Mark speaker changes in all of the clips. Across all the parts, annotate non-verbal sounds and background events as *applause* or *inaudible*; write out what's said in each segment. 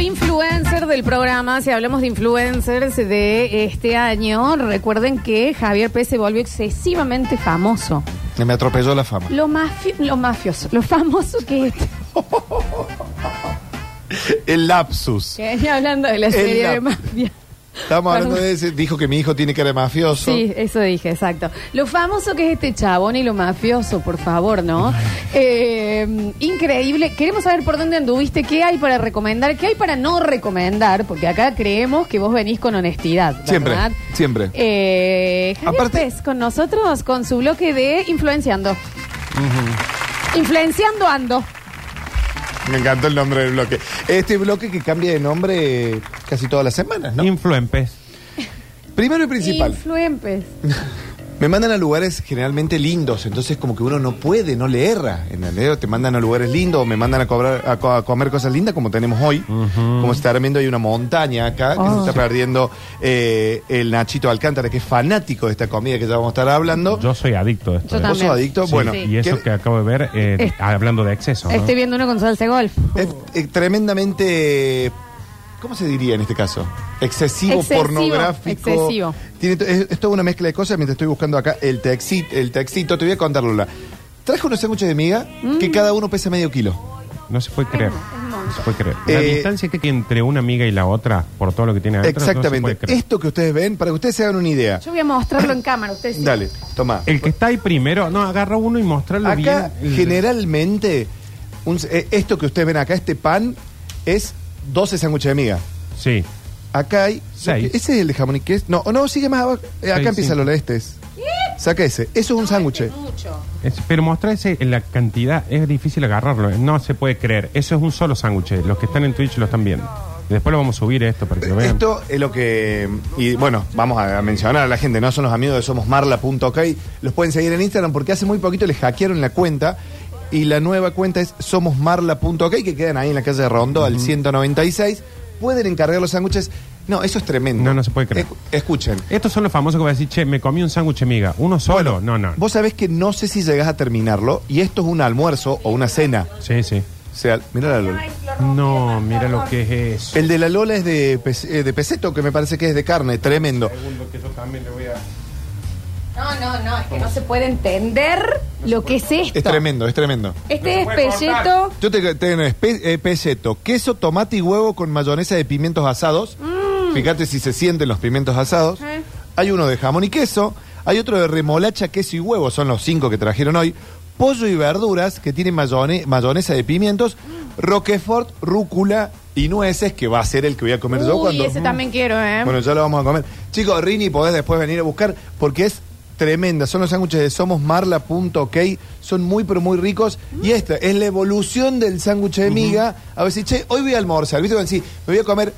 Speaker 1: influencer del programa, si hablamos de influencers de este año, recuerden que Javier Pérez se volvió excesivamente famoso.
Speaker 2: Me atropelló la fama.
Speaker 1: Lo, mafio, lo mafioso, lo famoso que es.
Speaker 2: *laughs* El lapsus.
Speaker 1: Que venía hablando de la serie
Speaker 2: lap-
Speaker 1: de mafia.
Speaker 2: Estamos hablando de ese. Dijo que mi hijo tiene cara de mafioso.
Speaker 1: Sí, eso dije, exacto. Lo famoso que es este chabón y lo mafioso, por favor, ¿no? Eh, increíble. Queremos saber por dónde anduviste, qué hay para recomendar, qué hay para no recomendar, porque acá creemos que vos venís con honestidad. ¿verdad?
Speaker 2: Siempre, siempre.
Speaker 1: Eh, Javier
Speaker 2: Aparte-
Speaker 1: Pez con nosotros, con su bloque de Influenciando. Influenciando ando.
Speaker 2: Me encantó el nombre del bloque. Este bloque que cambia de nombre casi todas las semanas, ¿no?
Speaker 3: Influempes.
Speaker 2: Primero y principal.
Speaker 1: Influempes.
Speaker 2: Me mandan a lugares generalmente lindos, entonces como que uno no puede, no le erra. En realidad te mandan a lugares lindos, o me mandan a, cobrar, a, co- a comer cosas lindas como tenemos hoy. Como se está viendo, hay una montaña acá que se
Speaker 1: Oh.
Speaker 2: está perdiendo eh, el Nachito Alcántara, que es fanático de esta comida que ya vamos a estar hablando.
Speaker 3: Yo soy adicto a esto.
Speaker 1: Yo
Speaker 3: ¿eh?
Speaker 2: ¿Vos
Speaker 1: también.
Speaker 2: sos adicto?
Speaker 3: Sí,
Speaker 2: bueno,
Speaker 3: y eso
Speaker 2: ¿qué-
Speaker 3: que acabo de ver, eh,
Speaker 1: Es-
Speaker 3: hablando de exceso. ¿no?
Speaker 1: Estoy viendo una con salsa de golf.
Speaker 2: es eh, tremendamente. ¿Cómo se diría en este caso? Excesivo,
Speaker 1: Excesivo,
Speaker 2: pornográfico.
Speaker 1: excesivo.
Speaker 2: Tiene to- es, es toda una mezcla de cosas mientras estoy buscando acá el taxito. El taxito. Te voy a contar, Lola. Traje unos sándwiches de miga
Speaker 1: Mm.
Speaker 2: que cada uno pesa medio kilo.
Speaker 3: No se puede creer. No se puede creer. La
Speaker 2: Eh,
Speaker 3: distancia que hay entre una amiga y la otra, por todo lo que tiene adentro, no se
Speaker 2: Exactamente.
Speaker 3: puede creer.
Speaker 2: Esto que ustedes ven, para que ustedes se hagan una idea.
Speaker 1: Yo voy a mostrarlo en cámara, ustedes. sí.
Speaker 2: Dale, toma.
Speaker 3: El que está ahí primero, no, agarra uno y mostrarlo
Speaker 2: Acá,
Speaker 3: bien.
Speaker 2: generalmente, un- eh, esto que ustedes ven acá, este pan, es 12 sándwiches de miga.
Speaker 3: Sí.
Speaker 2: Acá hay.
Speaker 3: Seis.
Speaker 2: Ese es el de jamón y queso. No, no, sigue más abajo. Eh, acá
Speaker 3: Seis,
Speaker 2: empieza
Speaker 3: sí.
Speaker 2: lo de este. es. Saca ese. Eso es un sándwich.
Speaker 1: Mucho.
Speaker 3: Es- pero mostrar ese- la cantidad es difícil agarrarlo. eh. No se puede creer. Eso es un solo sándwich. eh. Los que están en Twitch lo están viendo. Después lo vamos a subir esto para que lo vean.
Speaker 2: Esto es lo que. Y bueno, vamos a mencionar a la gente, ¿no? Son los amigos de somosmarla.ok. Los pueden seguir en Instagram porque hace muy poquito les hackearon la cuenta. Y la nueva cuenta es somosmarla.ok, que quedan ahí en la calle de Rondo, al 196. Pueden encargar los sándwiches. No, eso es tremendo.
Speaker 3: No, no se puede creer.
Speaker 2: Escu- escuchen.
Speaker 3: Estos son los famosos que va a decir, che, me comí un sándwich miga. ¿Uno solo? no, no.
Speaker 2: Vos sabés que no sé si llegás a terminarlo. Y esto es un almuerzo o una cena.
Speaker 3: Sí, sí.
Speaker 2: O sea, mira la Lola.
Speaker 3: No, mira lo que es eso.
Speaker 2: El de la Lola es de, pes- eh, de peseto, que me parece que es de carne, tremendo.
Speaker 3: segundo que yo también le voy a...
Speaker 1: No, no, no, es que no se puede entender lo que es esto.
Speaker 2: Es tremendo, es tremendo.
Speaker 1: Este
Speaker 3: No se
Speaker 1: es
Speaker 3: puede
Speaker 1: pelleto.
Speaker 2: Yo te tengo espe- eh, peseto, queso, tomate y huevo con mayonesa de pimientos asados.
Speaker 1: Mm.
Speaker 2: Fíjate si se sienten los pimientos asados.
Speaker 1: Eh.
Speaker 2: Hay uno de jamón y queso. Hay otro de remolacha, queso y huevo. Son los cinco que trajeron hoy. Pollo y verduras que tienen mayone- mayonesa de pimientos.
Speaker 1: Mm.
Speaker 2: Roquefort, rúcula y nueces, que va a ser el que voy a comer yo
Speaker 1: Uy,
Speaker 2: cuando.
Speaker 1: ese también quiero, ¿eh?
Speaker 2: Bueno, ya lo vamos a comer. Chicos, Rini, podés después venir a buscar porque es tremenda. Son los sándwiches de somosmarla.ok. Son muy, pero muy ricos. Y esta es la evolución del sándwich de miga. A ver si, che, hoy voy a almorzar. ¿Viste? Cuando decís, me voy a comer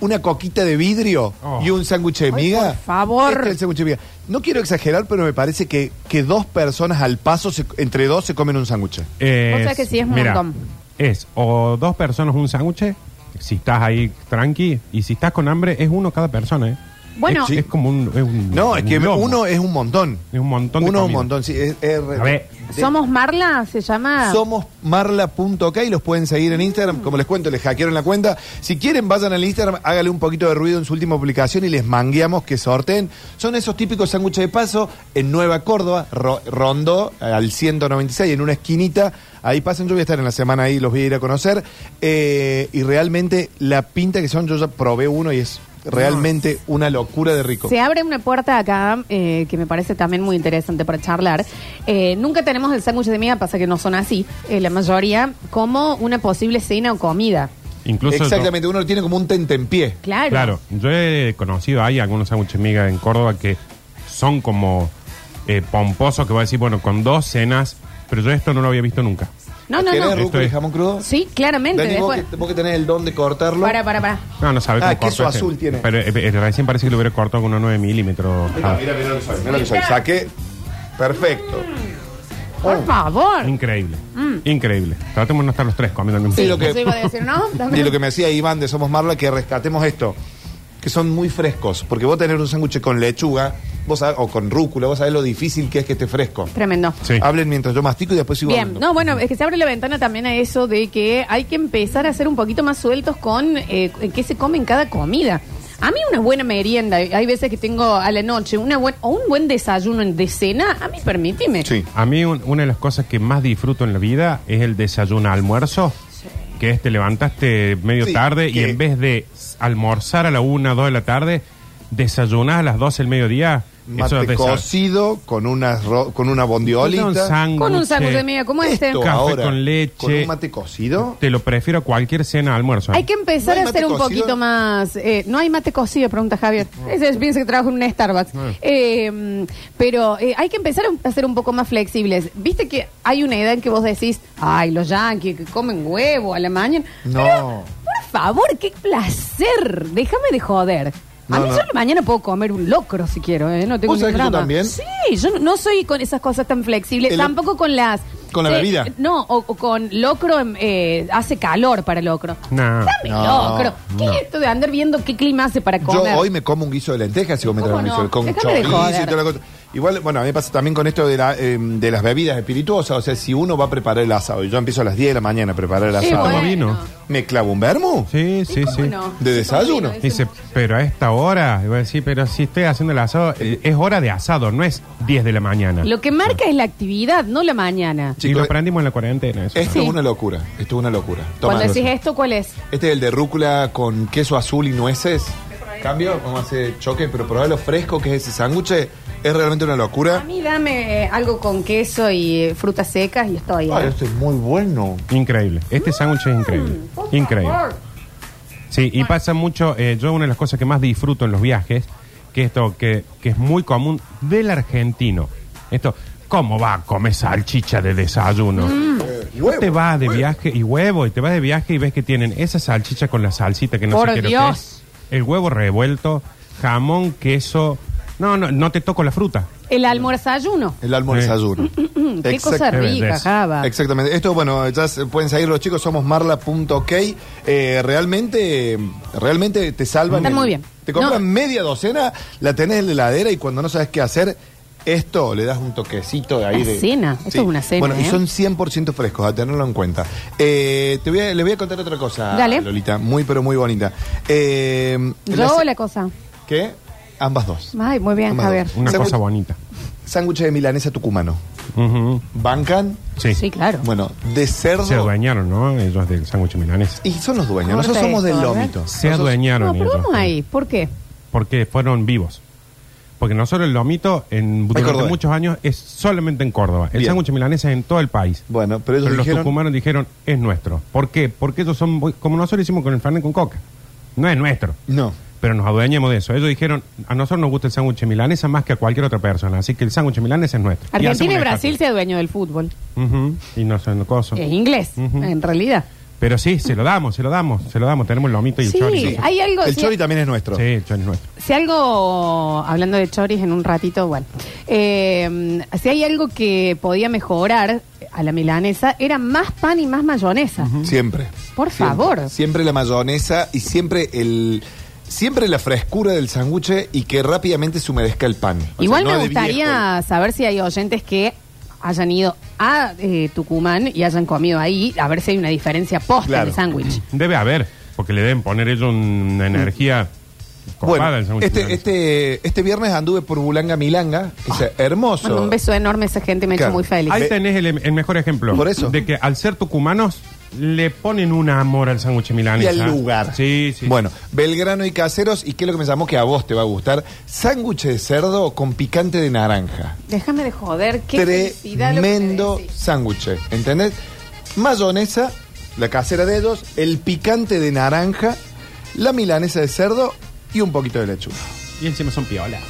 Speaker 2: una coquita de vidrio
Speaker 3: Oh.
Speaker 2: y un sándwich de
Speaker 1: Ay,
Speaker 2: miga.
Speaker 1: por favor.
Speaker 2: Este es el sándwich de miga. No quiero exagerar, pero me parece que, que dos personas al paso, se- entre dos, se comen un sándwich.
Speaker 3: Es,
Speaker 1: Vos sabés que sí, es un
Speaker 3: mira,
Speaker 1: montón.
Speaker 3: Es o dos personas un sándwich, si estás ahí tranqui, y si estás con hambre, es uno cada persona, ¿eh?
Speaker 1: Bueno.
Speaker 3: Es, es como un... es un-
Speaker 2: No, es
Speaker 3: un
Speaker 2: que
Speaker 3: lomo.
Speaker 2: uno es un montón.
Speaker 3: Es un montón de
Speaker 2: Uno es un
Speaker 3: comida.
Speaker 2: montón, sí. es- es re-
Speaker 3: A ver.
Speaker 2: de-
Speaker 1: Somos Marla, se llama.
Speaker 2: somosmarla.ok los pueden seguir en Instagram.
Speaker 1: Mm.
Speaker 2: Como les cuento, les hackearon la cuenta. Si quieren, vayan al Instagram, hágale un poquito de ruido en su última publicación y les mangueamos que sorteen. Son esos típicos sándwiches de paso en Nueva Córdoba, Ro- Rondo, eh, al 196, en una esquinita. Ahí pasan, yo voy a estar en la semana ahí, los voy a ir a conocer. Eh, y realmente la pinta que son, yo ya probé uno y es realmente una locura de rico.
Speaker 1: Se abre una puerta acá eh, que me parece también muy interesante para charlar. Eh, nunca tenemos el sándwich de miga, pasa que no son así, eh, la mayoría, como una posible cena o comida.
Speaker 3: Incluso yo-
Speaker 2: Exactamente, uno lo tiene como un tentempié.
Speaker 1: Claro.
Speaker 3: Claro, yo he conocido, hay algunos sándwiches miga en Córdoba que son como eh, pomposos, que va a decir, bueno, con dos cenas, pero yo esto no lo había visto nunca.
Speaker 1: No, no,
Speaker 2: ¿Querés
Speaker 1: no.
Speaker 2: rúcula y
Speaker 3: Estoy-
Speaker 2: jamón crudo?
Speaker 1: Sí, claramente.
Speaker 2: Dani, vos
Speaker 1: Después.
Speaker 2: que, vos que tenés el don de cortarlo.
Speaker 1: Para, para, para.
Speaker 3: No, no sabe
Speaker 2: Ah,
Speaker 3: cómo cortó
Speaker 2: queso
Speaker 3: ese.
Speaker 2: azul tiene.
Speaker 3: Pero eh, eh, recién parece que lo hubiera cortado con unos 9 milímetros.
Speaker 2: Mira, mira, mira lo que soy, mira lo que soy. Saqué.
Speaker 1: *laughs*
Speaker 2: Perfecto.
Speaker 1: Por favor.
Speaker 3: Increíble.
Speaker 1: Mm.
Speaker 3: Increíble. Tratemos de no estar los tres comiendo al mismo
Speaker 2: Sí,
Speaker 3: tiempo.
Speaker 2: lo que-
Speaker 1: Eso iba a decir, ¿no?
Speaker 2: *laughs* Y lo que me decía Iván de Somos Marla, que rescatemos esto. Que son muy frescos. Porque vos tenés un sándwich con lechuga, vos sabés, o con rúcula, vos sabés lo difícil que es que esté fresco.
Speaker 1: Tremendo.
Speaker 3: Sí.
Speaker 2: Hablen mientras yo mastico y después sigo
Speaker 1: Bien,
Speaker 2: hablando.
Speaker 1: no, bueno, es que se abre la ventana también a eso de que hay que empezar a ser un poquito más sueltos con eh, qué se come en cada comida. A mí una buena merienda, hay veces que tengo a la noche una buen, o un buen desayuno en de cena, a mí permíteme.
Speaker 2: Sí.
Speaker 3: A mí un- una de las cosas que más disfruto en la vida es el desayuno almuerzo. Que es te levantaste medio
Speaker 2: Sí,
Speaker 3: tarde y
Speaker 2: que-
Speaker 3: en vez de s- almorzar a la una, dos de la tarde, desayunás a las 12 del mediodía.
Speaker 2: Mate
Speaker 3: es desa-
Speaker 2: cocido con una, con una bondiolita.
Speaker 3: Un sándwich,
Speaker 1: Con un sándwich de media como este.
Speaker 2: Esto
Speaker 3: Café
Speaker 2: ahora,
Speaker 3: con leche.
Speaker 2: Con un mate cocido.
Speaker 3: Te lo prefiero a cualquier cena almuerzo.
Speaker 1: Hay que empezar
Speaker 2: ¿No hay
Speaker 1: a ser
Speaker 2: mate
Speaker 1: un
Speaker 2: cocido?
Speaker 1: poquito más. eh, no hay mate cocido, pregunta Javier. Ese es, piensa que trabaja en un Starbucks. Eh, mm, pero eh, hay que empezar a ser un poco más flexibles. Viste que hay una edad en que vos decís, ay, los yanquis que comen huevo a la mañana.
Speaker 2: No.
Speaker 1: Pero, por favor, qué placer. Déjame de joder. A
Speaker 2: No,
Speaker 1: mí
Speaker 2: no.
Speaker 1: yo a la mañana puedo comer un locro si quiero, ¿eh? No tengo
Speaker 2: ¿Vos sabés
Speaker 1: ningún
Speaker 2: que
Speaker 1: drama.
Speaker 2: yo también?
Speaker 1: Sí, yo no- no soy con esas cosas tan flexibles.
Speaker 2: El-
Speaker 1: tampoco con las.
Speaker 2: ¿Con la
Speaker 1: Sí,
Speaker 2: bebida?
Speaker 1: No, o, o con locro, em, eh, hace calor para locro.
Speaker 3: Nah.
Speaker 1: Dame
Speaker 2: No,
Speaker 1: locro. ¿Qué
Speaker 2: no.
Speaker 1: es esto de andar viendo qué clima hace para
Speaker 2: Yo
Speaker 1: comer?
Speaker 2: hoy me como un guiso de lentejas si cometo
Speaker 1: ¿Cómo
Speaker 2: un
Speaker 1: no?
Speaker 2: guiso de- con
Speaker 1: Déjame de
Speaker 2: chorizo y
Speaker 1: joder.
Speaker 2: toda la cosa. Igual, bueno, a mí me pasa también con esto de, la, eh, de las bebidas espirituosas. O sea, si uno va a preparar el asado y yo empiezo a las 10 de la mañana a preparar el
Speaker 1: Sí,
Speaker 2: asado,
Speaker 3: bueno. vino.
Speaker 2: ¿me clavo un vermú?
Speaker 3: Sí, sí, sí.
Speaker 2: ¿De desayuno?
Speaker 3: Dice, pero a esta hora, y voy a decir, pero si estoy haciendo el asado, eh, es hora de asado, no es 10 de la mañana.
Speaker 1: Lo que marca es la actividad, no la mañana.
Speaker 3: y lo
Speaker 2: Chicos,
Speaker 3: aprendimos en la cuarentena. Eso.
Speaker 2: Esto
Speaker 1: Sí.
Speaker 2: es una locura. Esto es una locura. Toma.
Speaker 1: Cuando decís esto, ¿cuál es?
Speaker 2: Este es el de rúcula con queso azul y nueces. Cambio, vamos a hacer choque, pero probá lo fresco que es ese sándwich. Es realmente una
Speaker 1: A
Speaker 2: locura.
Speaker 1: mí dame eh, algo con queso y eh, frutas secas y estoy. ¿eh?
Speaker 2: Ay, esto es muy bueno.
Speaker 3: Increíble. Este sándwich es increíble.
Speaker 1: Mm, por
Speaker 3: Increíble.
Speaker 1: favor.
Speaker 3: Sí, y pasa mucho, eh, yo una de las cosas que más disfruto en los viajes, que esto que, que es muy común del argentino. Esto, ¿cómo va a comer salchicha de desayuno?
Speaker 1: Mm.
Speaker 3: Vos te vas de viaje y huevo, y te vas de viaje y ves que tienen esa salchicha con la salsita que no
Speaker 1: Por
Speaker 3: sé qué lo que
Speaker 1: Dios.
Speaker 3: es, el huevo revuelto, jamón, queso. No, no, no te toco la fruta.
Speaker 1: El almorzayuno.
Speaker 2: El almuerzo
Speaker 1: Mm, *laughs* Qué cosa
Speaker 3: Exactamente.
Speaker 1: rica, Java.
Speaker 2: Exactamente. Esto, bueno, ya se pueden seguir los chicos, somos marla.ok. Eh, realmente, realmente te salvan.
Speaker 1: Están
Speaker 2: el-
Speaker 1: muy bien.
Speaker 2: Te compran
Speaker 1: No.
Speaker 2: media docena, la tenés en la heladera y cuando no sabes qué hacer, esto le das un toquecito de ahí.
Speaker 1: Una
Speaker 2: de-
Speaker 1: cena. Esto es una cena,
Speaker 2: Bueno, y
Speaker 1: ¿eh?
Speaker 2: son 100% frescos, a tenerlo en cuenta. Eh, te voy a- le voy a contar otra cosa,
Speaker 1: Dale.
Speaker 2: Lolita, muy pero muy bonita. Eh,
Speaker 1: Yo
Speaker 2: se-
Speaker 1: la cosa.
Speaker 2: ¿Qué? Ambas dos.
Speaker 1: Ay, muy bien,
Speaker 2: Ambas
Speaker 1: Javier.
Speaker 2: dos.
Speaker 3: Una
Speaker 2: Sándwich-
Speaker 3: cosa bonita.
Speaker 2: Sándwich de milanesa tucumano.
Speaker 3: Ujú.
Speaker 2: ¿Bancan?
Speaker 3: Sí.
Speaker 1: Sí, claro.
Speaker 2: Bueno, de cerdo.
Speaker 3: Se adueñaron, ¿no? Ellos del sándwich milanés.
Speaker 2: Y son los dueños,
Speaker 1: Corte
Speaker 2: nosotros somos del
Speaker 1: esto, ¿eh? a ver.
Speaker 2: lomito.
Speaker 3: Se
Speaker 2: Nosotros-
Speaker 3: adueñaron.
Speaker 1: No, pero
Speaker 3: ellos.
Speaker 1: vamos ahí. ¿Por qué?
Speaker 3: porque fueron vivos. Porque nosotros el lomito en durante
Speaker 2: Córdoba.
Speaker 3: muchos años es solamente en Córdoba. El
Speaker 2: Bien.
Speaker 3: sándwich milanesa es en todo el país.
Speaker 2: Bueno, pero ellos
Speaker 3: Pero los
Speaker 2: dijeron-
Speaker 3: tucumanos dijeron es nuestro. ¿Por qué? Porque ellos son muy- como nosotros hicimos con el fernet con coca. No es nuestro.
Speaker 2: No.
Speaker 3: Pero nos adueñamos de eso. Ellos dijeron, a nosotros nos gusta el sándwich milanesa más que a cualquier otra persona. Así que el sándwich milanesa es nuestro.
Speaker 1: Argentina y,
Speaker 3: hacemos una
Speaker 1: Brasil
Speaker 3: estatua.
Speaker 1: se dueño del fútbol.
Speaker 3: Ujú, Y no son cosas.
Speaker 1: Es inglés,
Speaker 3: Ujú.
Speaker 1: en realidad.
Speaker 3: Pero sí, se lo damos, se lo damos, se lo damos. Tenemos el lomito y
Speaker 1: Sí,
Speaker 3: el chori.
Speaker 1: hay algo.
Speaker 2: El
Speaker 1: si-
Speaker 2: chori también es nuestro.
Speaker 3: Sí, el chori es nuestro.
Speaker 1: Si algo, hablando de choris en un ratito, bueno, eh, si hay algo que podía mejorar a la milanesa, era más pan y más mayonesa.
Speaker 2: Siempre.
Speaker 1: Por
Speaker 2: Siempre.
Speaker 1: favor.
Speaker 2: Siempre la mayonesa y siempre el siempre la frescura del sándwich y que rápidamente se humedezca el pan. O sea,
Speaker 1: Igual
Speaker 2: no
Speaker 1: me
Speaker 2: de viejo.
Speaker 1: gustaría saber si hay oyentes que hayan ido a eh, Tucumán y hayan comido ahí, a ver si hay una diferencia post en
Speaker 2: Claro.
Speaker 1: el sándwich.
Speaker 3: Debe haber, porque le deben poner ellos una energía copada al
Speaker 2: Mm. Bueno,
Speaker 3: sándwich
Speaker 2: este,
Speaker 3: milanesa.
Speaker 2: este, este viernes anduve por Bulanga Milanga, que es hermoso.
Speaker 1: Mando Ah. un beso enorme a esa gente, me ha
Speaker 2: Claro.
Speaker 1: hecho muy feliz.
Speaker 3: Ahí tenés el, em, el mejor ejemplo.
Speaker 2: Por eso.
Speaker 3: De que al ser tucumanos le ponen un amor al sándwich
Speaker 2: Y
Speaker 3: milanesa.
Speaker 2: al lugar.
Speaker 3: Sí, sí.
Speaker 2: Bueno, Belgrano y Caseros, y qué es lo que me llamó que a vos te va a gustar, sándwich de cerdo con picante de naranja.
Speaker 1: Déjame de joder, qué felicidad lo que me
Speaker 2: tremendo
Speaker 1: decís.
Speaker 2: sándwich, ¿entendés? Mayonesa, la casera de ellos, el picante de naranja, la milanesa de cerdo y un poquito de lechuga.
Speaker 3: Y encima son piolas.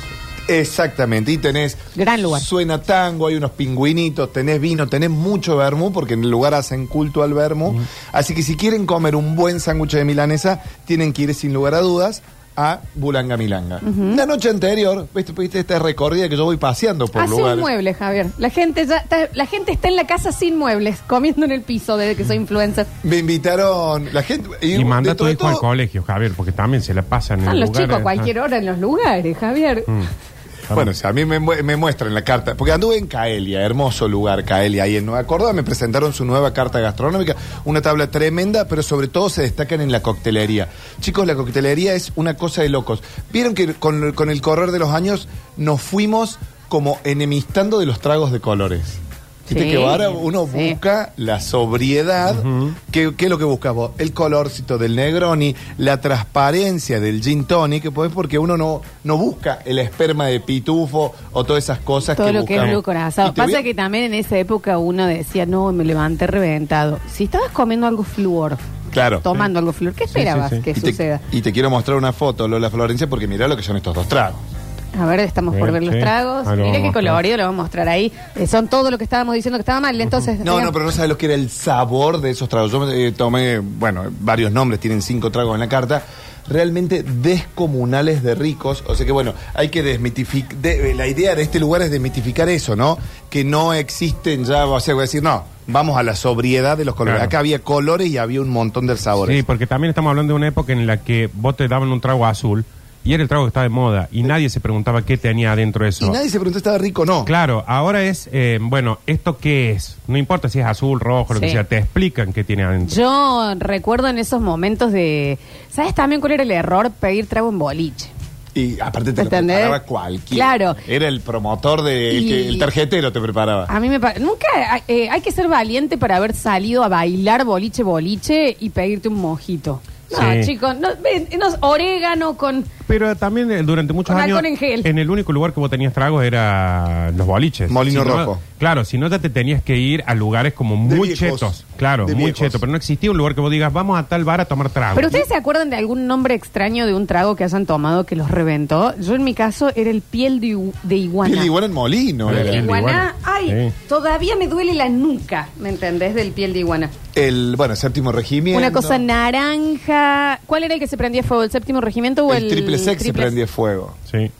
Speaker 2: Exactamente, y tenés...
Speaker 1: Gran lugar.
Speaker 2: Suena tango, hay unos pingüinitos, tenés vino, tenés mucho vermú, porque en el lugar hacen culto al vermú. Así que si quieren comer un buen sándwich de milanesa, tienen que ir sin lugar a dudas a Bulanga Milanga. La noche anterior, viste, viste esta recorrida que yo voy paseando por
Speaker 1: Hace
Speaker 2: lugares.
Speaker 1: un mueble, Javier. La gente ya está, la gente está en la casa sin muebles, comiendo en el piso desde que soy influencer.
Speaker 2: Me invitaron la gente.
Speaker 3: Y manda a tu
Speaker 2: dentro de
Speaker 3: hijo al
Speaker 2: todo,
Speaker 3: colegio, Javier, porque también se la pasan en
Speaker 1: Están
Speaker 3: el
Speaker 1: los
Speaker 3: lugar. ¿eh?
Speaker 2: Mm.
Speaker 3: Ah.
Speaker 1: chicos a cualquier hora en los lugares, Javier.
Speaker 2: Bueno, si a mí me, mu- me muestran la carta, porque anduve en Caelia, hermoso lugar, Caelia, ahí en Nueva Córdoba, me presentaron su nueva carta gastronómica, una tabla tremenda, pero sobre todo se destacan en la coctelería. Chicos, la coctelería es una cosa de locos. Vieron que con, con el correr de los años nos fuimos como enemistando de los tragos de colores. Viste
Speaker 1: Sí,
Speaker 2: que ahora uno
Speaker 1: sí.
Speaker 2: busca la sobriedad. ¿Qué, qué es lo que buscas vos? El colorcito del Negroni, la transparencia del gin tonic, pues porque uno no, no busca el esperma de pitufo o todas esas cosas
Speaker 1: Todo
Speaker 2: que
Speaker 1: lo que es
Speaker 2: buscamos.
Speaker 1: blue
Speaker 2: Y
Speaker 1: corazón.
Speaker 2: te
Speaker 1: Pasa
Speaker 2: voy-
Speaker 1: que también en esa época uno decía, no, me levanté reventado. Si estabas comiendo algo flúor,
Speaker 2: Claro.
Speaker 1: tomando algo flúor, ¿qué
Speaker 3: Sí, sí,
Speaker 1: esperabas
Speaker 3: sí.
Speaker 1: que
Speaker 2: y, te,
Speaker 1: suceda?
Speaker 2: y te quiero mostrar una foto, Lola Florencia, porque mirá lo que son estos dos tragos.
Speaker 1: A ver, estamos
Speaker 3: Sí,
Speaker 2: Eh,
Speaker 1: por ver los
Speaker 3: sí.
Speaker 1: tragos.
Speaker 3: Ah, lo
Speaker 1: Mira
Speaker 3: vamos
Speaker 1: qué
Speaker 3: a mostrar.
Speaker 1: colorido, lo vamos a mostrar ahí. Eh, son todo lo que estábamos diciendo que estaba mal. Entonces,
Speaker 2: No,
Speaker 1: digamos,
Speaker 2: no, pero no sabes lo que era el sabor de esos tragos. Yo eh, tomé, bueno, varios nombres, tienen cinco tragos en la carta. Realmente descomunales de ricos. O sea que, bueno, hay que desmitificar. la idea de este lugar es desmitificar eso, ¿no? Que no existen ya, o sea, voy a decir, no, vamos a la sobriedad de los colores.
Speaker 3: Claro.
Speaker 2: Acá había colores y había un montón de sabores.
Speaker 3: Sí, porque también estamos hablando de una época en la que vos te daban un trago azul y era el trago que estaba de moda y nadie se preguntaba qué tenía adentro eso.
Speaker 2: Y nadie se preguntó si estaba rico o no.
Speaker 3: Claro, ahora es, eh, bueno, ¿esto qué es? No importa si es azul, rojo, lo que
Speaker 1: Sí.
Speaker 3: sea, te explican qué tiene adentro.
Speaker 1: yo recuerdo en esos momentos de. ¿Sabes también cuál era el error? Pedir trago en boliche.
Speaker 2: Y aparte te lo
Speaker 1: ¿Entendés?
Speaker 2: preparaba cualquiera.
Speaker 1: Claro.
Speaker 2: Era el promotor de. El,
Speaker 1: Y- Ah,
Speaker 2: que- el tarjetero te preparaba.
Speaker 1: A mí me parece. Nunca. eh, hay que ser valiente para haber salido a bailar boliche, boliche y pedirte un mojito. No,
Speaker 3: Sí.
Speaker 1: chicos, no, ven, no, orégano con.
Speaker 3: Pero también eh, durante muchos
Speaker 1: Con
Speaker 3: años
Speaker 1: alcohol en gel.
Speaker 3: el único lugar que vos tenías tragos era los boliches.
Speaker 2: Molino
Speaker 3: Si no-
Speaker 2: Rojo.
Speaker 3: claro, si no ya te tenías que ir a lugares como
Speaker 2: De
Speaker 3: muy
Speaker 2: viejos.
Speaker 3: chetos. Claro,
Speaker 2: De
Speaker 3: muy
Speaker 2: viejos.
Speaker 3: chetos. Pero no existía un lugar que vos digas, vamos a tal bar a tomar trago.
Speaker 1: Pero ustedes se acuerdan de algún nombre extraño de un trago que hayan tomado que los reventó. Yo en mi caso era el piel de, igu- de iguana.
Speaker 2: Piel *laughs* de iguana en molino.
Speaker 3: Piel de
Speaker 2: era.
Speaker 1: Piel de iguana,
Speaker 3: iguana.
Speaker 1: ay,
Speaker 3: Sí.
Speaker 1: todavía me duele la nuca, ¿me entendés? Del piel de iguana.
Speaker 2: El, bueno, séptimo regimiento.
Speaker 1: Una cosa naranja. ¿Cuál era el que se prendía fuego? ¿El séptimo regimiento o el,
Speaker 2: El triple sex se
Speaker 1: triple-
Speaker 2: prendía fuego.
Speaker 3: Sí.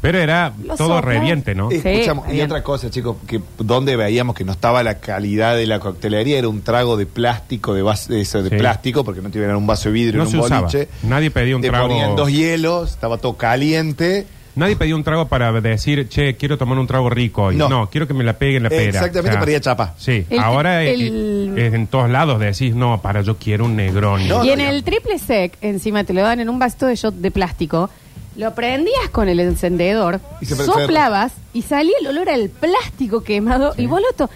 Speaker 3: Pero era
Speaker 1: Los
Speaker 3: todo
Speaker 1: ojos.
Speaker 3: reviente, ¿no?
Speaker 1: Sí,
Speaker 2: Eh, Escuchamos,
Speaker 1: está
Speaker 2: y
Speaker 1: bien.
Speaker 2: otra cosa, chicos, que donde veíamos que no estaba la calidad de la coctelería era un trago de plástico, de, vas- eso, de
Speaker 3: Sí.
Speaker 2: plástico, porque no tuvieran un vaso de vidrio
Speaker 3: No
Speaker 2: en
Speaker 3: se
Speaker 2: un
Speaker 3: usaba.
Speaker 2: boliche.
Speaker 3: Nadie pedía un
Speaker 2: Te
Speaker 3: trago-
Speaker 2: ponían dos hielos, estaba todo caliente.
Speaker 3: Nadie pedía un trago para decir, che, quiero tomar un trago rico. hoy.
Speaker 2: No.
Speaker 3: No, quiero que me la peguen la pera.
Speaker 2: Exactamente,
Speaker 3: O sea,
Speaker 2: para ir a chapa.
Speaker 3: Sí,
Speaker 1: El-
Speaker 3: ahora eh,
Speaker 1: el-
Speaker 3: eh, en todos lados decís, no, para, yo quiero un negrón.
Speaker 2: No,
Speaker 1: Y en
Speaker 2: no,
Speaker 1: el triple sec, encima te lo dan en un vasito de shot de plástico, lo prendías con el encendedor,
Speaker 2: Y se- se-
Speaker 1: soplabas y salía el olor al plástico quemado y boloto.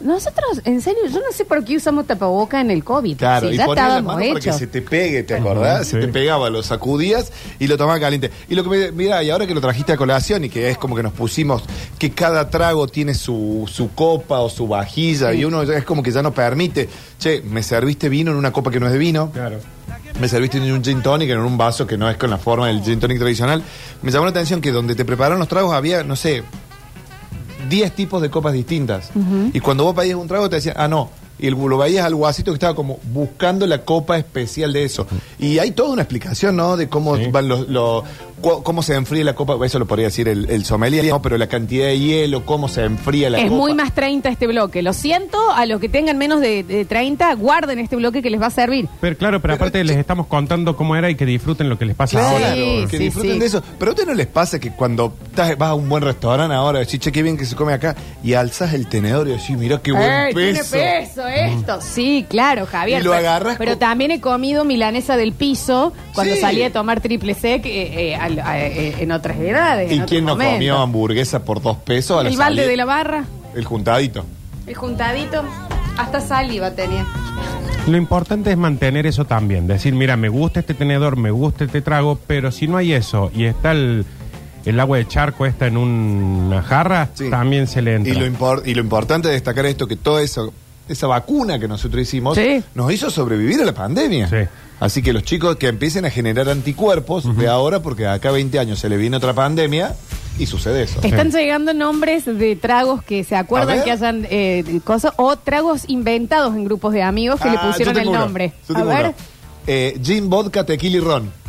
Speaker 1: Nosotros, en serio, yo no sé por qué usamos tapaboca en el COVID.
Speaker 2: Claro,
Speaker 1: si
Speaker 2: y
Speaker 1: ya
Speaker 2: ponías la
Speaker 1: estábamos
Speaker 2: mano para que
Speaker 1: hechos.
Speaker 2: se te pegue, ¿te acordás?
Speaker 3: Ajá,
Speaker 2: Se te
Speaker 3: sí.
Speaker 2: pegaba, lo sacudías y lo tomaba caliente. Y lo que me, mira, y ahora que lo trajiste a colación y que es como que nos pusimos que cada trago tiene su, su copa o su vajilla y uno ya- es como que ya no permite, che, me serviste vino en una copa que no es de vino.
Speaker 3: Claro.
Speaker 2: Me serviste un gin tonic en un vaso que no es con la forma del gin tonic tradicional. Me llamó la atención que donde te prepararon los tragos había, no sé, 10 tipos de copas distintas. Y cuando vos pedías un trago te decían, ah, no. Y el- lo veías al guasito que estaba como buscando la copa especial de eso. Y hay toda una explicación, ¿no? De cómo
Speaker 3: Sí.
Speaker 2: van los, los- cu- cómo se enfría la copa. Eso lo podría decir el, el sommelier, ¿no? Pero la cantidad de hielo, cómo se enfría la
Speaker 1: Es
Speaker 2: copa.
Speaker 1: muy más 30 este bloque. Lo siento, a los que tengan menos de, de 30, guarden este bloque que les va a servir.
Speaker 3: Pero claro, pero aparte les estamos contando cómo era y que disfruten lo que les pasa
Speaker 2: Claro,
Speaker 3: ahora.
Speaker 1: Sí,
Speaker 2: que
Speaker 1: sí,
Speaker 2: disfruten
Speaker 1: sí.
Speaker 2: de eso. Pero a ustedes no les pasa que cuando estás- vas a un buen restaurante ahora, decís, che, qué bien que se come acá, y alzas el tenedor y decís, mirá qué buen
Speaker 1: ¡Ey,
Speaker 2: peso. Mm.
Speaker 1: Tiene peso esto. Sí, claro, Javier.
Speaker 2: Y lo
Speaker 1: pero-
Speaker 2: agarras
Speaker 1: Pero
Speaker 2: con-
Speaker 1: también he comido milanesa del piso cuando
Speaker 2: Sí.
Speaker 1: salí a tomar triple sec eh, eh, al- a- eh, en otras edades.
Speaker 2: ¿Y
Speaker 1: en otros
Speaker 2: quién no
Speaker 1: momentos.
Speaker 2: comió hamburguesa por dos pesos a la
Speaker 1: El balde
Speaker 2: salida?
Speaker 1: de la barra,
Speaker 2: El juntadito.
Speaker 1: el juntadito, hasta saliva tenía.
Speaker 3: Lo importante es mantener eso también. Decir, mira, me gusta este tenedor, me gusta este trago, pero si no hay eso y está el, el agua de charco esta en una jarra,
Speaker 2: Sí.
Speaker 3: también se le entra.
Speaker 2: Y lo, impor- y lo importante es destacar esto, que todo eso, esa vacuna que nosotros hicimos,
Speaker 1: Sí.
Speaker 2: nos hizo sobrevivir a la pandemia.
Speaker 3: Sí.
Speaker 2: Así que los chicos que empiecen a generar anticuerpos de ahora, porque acá 20 años se le viene otra pandemia y sucede eso.
Speaker 1: Están llegando nombres de tragos que se
Speaker 2: A
Speaker 1: acuerdan
Speaker 2: ver.
Speaker 1: que hayan eh, cosas o tragos inventados en grupos de amigos que le
Speaker 2: Ah, yo
Speaker 1: pusieron el
Speaker 2: tengo uno,
Speaker 1: nombre.
Speaker 2: yo
Speaker 1: A
Speaker 2: tengo
Speaker 1: ver.
Speaker 2: uno. Eh, gin, vodka, tequila y ron.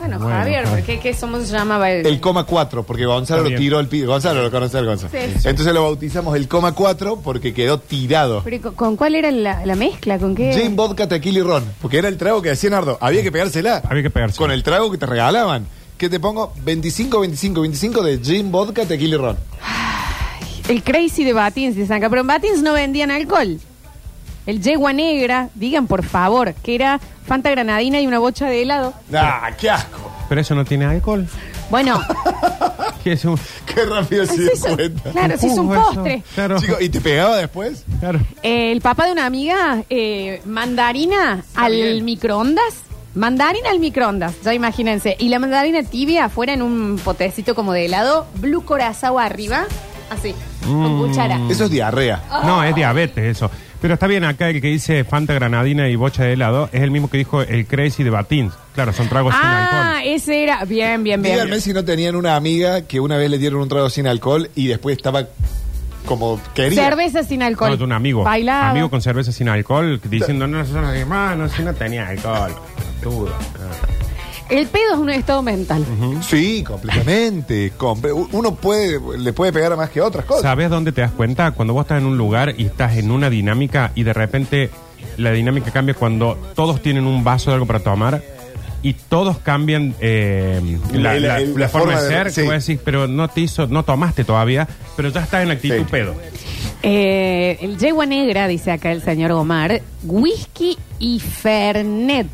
Speaker 1: Bueno,
Speaker 3: Bueno,
Speaker 1: Javier,
Speaker 3: Javier.
Speaker 1: ¿por qué, qué somos se llamaba el,
Speaker 2: El coma 4, porque
Speaker 3: Está
Speaker 2: Gonzalo lo
Speaker 3: bien.
Speaker 2: tiró el piso. Gonzalo lo conoce al Gonzalo.
Speaker 1: Sí, sí.
Speaker 2: Entonces lo bautizamos el coma 4 porque quedó tirado.
Speaker 1: Pero, ¿y con- ¿Con cuál era la, la mezcla? ¿Con qué?
Speaker 2: Gin, vodka, tequila y ron. Porque era el trago que decía Nardo. Había que pegársela.
Speaker 3: Había que pegársela.
Speaker 2: Con el trago que te regalaban. ¿Qué te pongo? 25, 25, 25 de gin, vodka, tequila y ron.
Speaker 1: El crazy de Batins, dicen acá. Pero en Batins no vendían alcohol. El yegua negra, digan por favor, que era Fanta Granadina y una bocha de helado.
Speaker 2: ¡Ah, qué asco!
Speaker 3: Pero eso no tiene alcohol.
Speaker 2: *laughs*
Speaker 1: Bueno,
Speaker 3: Que es un,
Speaker 2: Qué rápido se
Speaker 1: es
Speaker 2: dio
Speaker 1: eso.
Speaker 2: cuenta.
Speaker 1: claro, si es un
Speaker 3: jugo Uh, eso.
Speaker 1: postre.
Speaker 3: Claro,
Speaker 2: Chicos, ¿y te pegaba después?
Speaker 3: claro.
Speaker 1: Eh, el papá de una amiga, eh, mandarina al
Speaker 2: bien.
Speaker 1: microondas. Mandarina al microondas, ya imagínense. Y la mandarina tibia afuera en un potecito como de helado, blue corazao arriba, así, con
Speaker 3: Mm.
Speaker 1: cuchara.
Speaker 2: Eso es diarrea.
Speaker 3: No, es diabetes eso. Pero está bien acá el que dice Fanta Granadina y Bocha de helado, es el mismo que dijo el Crazy de Batins. Claro, son tragos sin
Speaker 1: Ah,
Speaker 3: alcohol.
Speaker 1: ese era. Bien, bien, bien.
Speaker 2: Díganme si no tenían una amiga que una vez le dieron un trago sin alcohol y después estaba como querida.
Speaker 1: Cerveza sin alcohol.
Speaker 3: No, de un amigo.
Speaker 1: Bailaba.
Speaker 3: Amigo con cerveza sin alcohol, diciendo, no, eso no, no, no, si no tenía alcohol. Dudo.
Speaker 1: El pedo es un estado mental.
Speaker 2: Sí, completamente. comple- Uno puede, le puede pegar a más que otras cosas.
Speaker 3: ¿Sabes dónde te das cuenta? Cuando vos estás en un lugar y estás en una dinámica y de repente la dinámica cambia cuando todos tienen un vaso de algo para tomar y todos cambian eh, la,
Speaker 2: El-
Speaker 3: la-
Speaker 2: el-
Speaker 3: la
Speaker 2: la
Speaker 3: forma
Speaker 2: forma
Speaker 3: de
Speaker 2: de-
Speaker 3: ser.
Speaker 2: sí.
Speaker 3: que vos decís, pero no te hizo, no tomaste todavía, pero ya estás en actitud
Speaker 2: Sí.
Speaker 3: pedo.
Speaker 1: Eh, el yegua negra, dice acá el señor Gomar, whisky y fernet.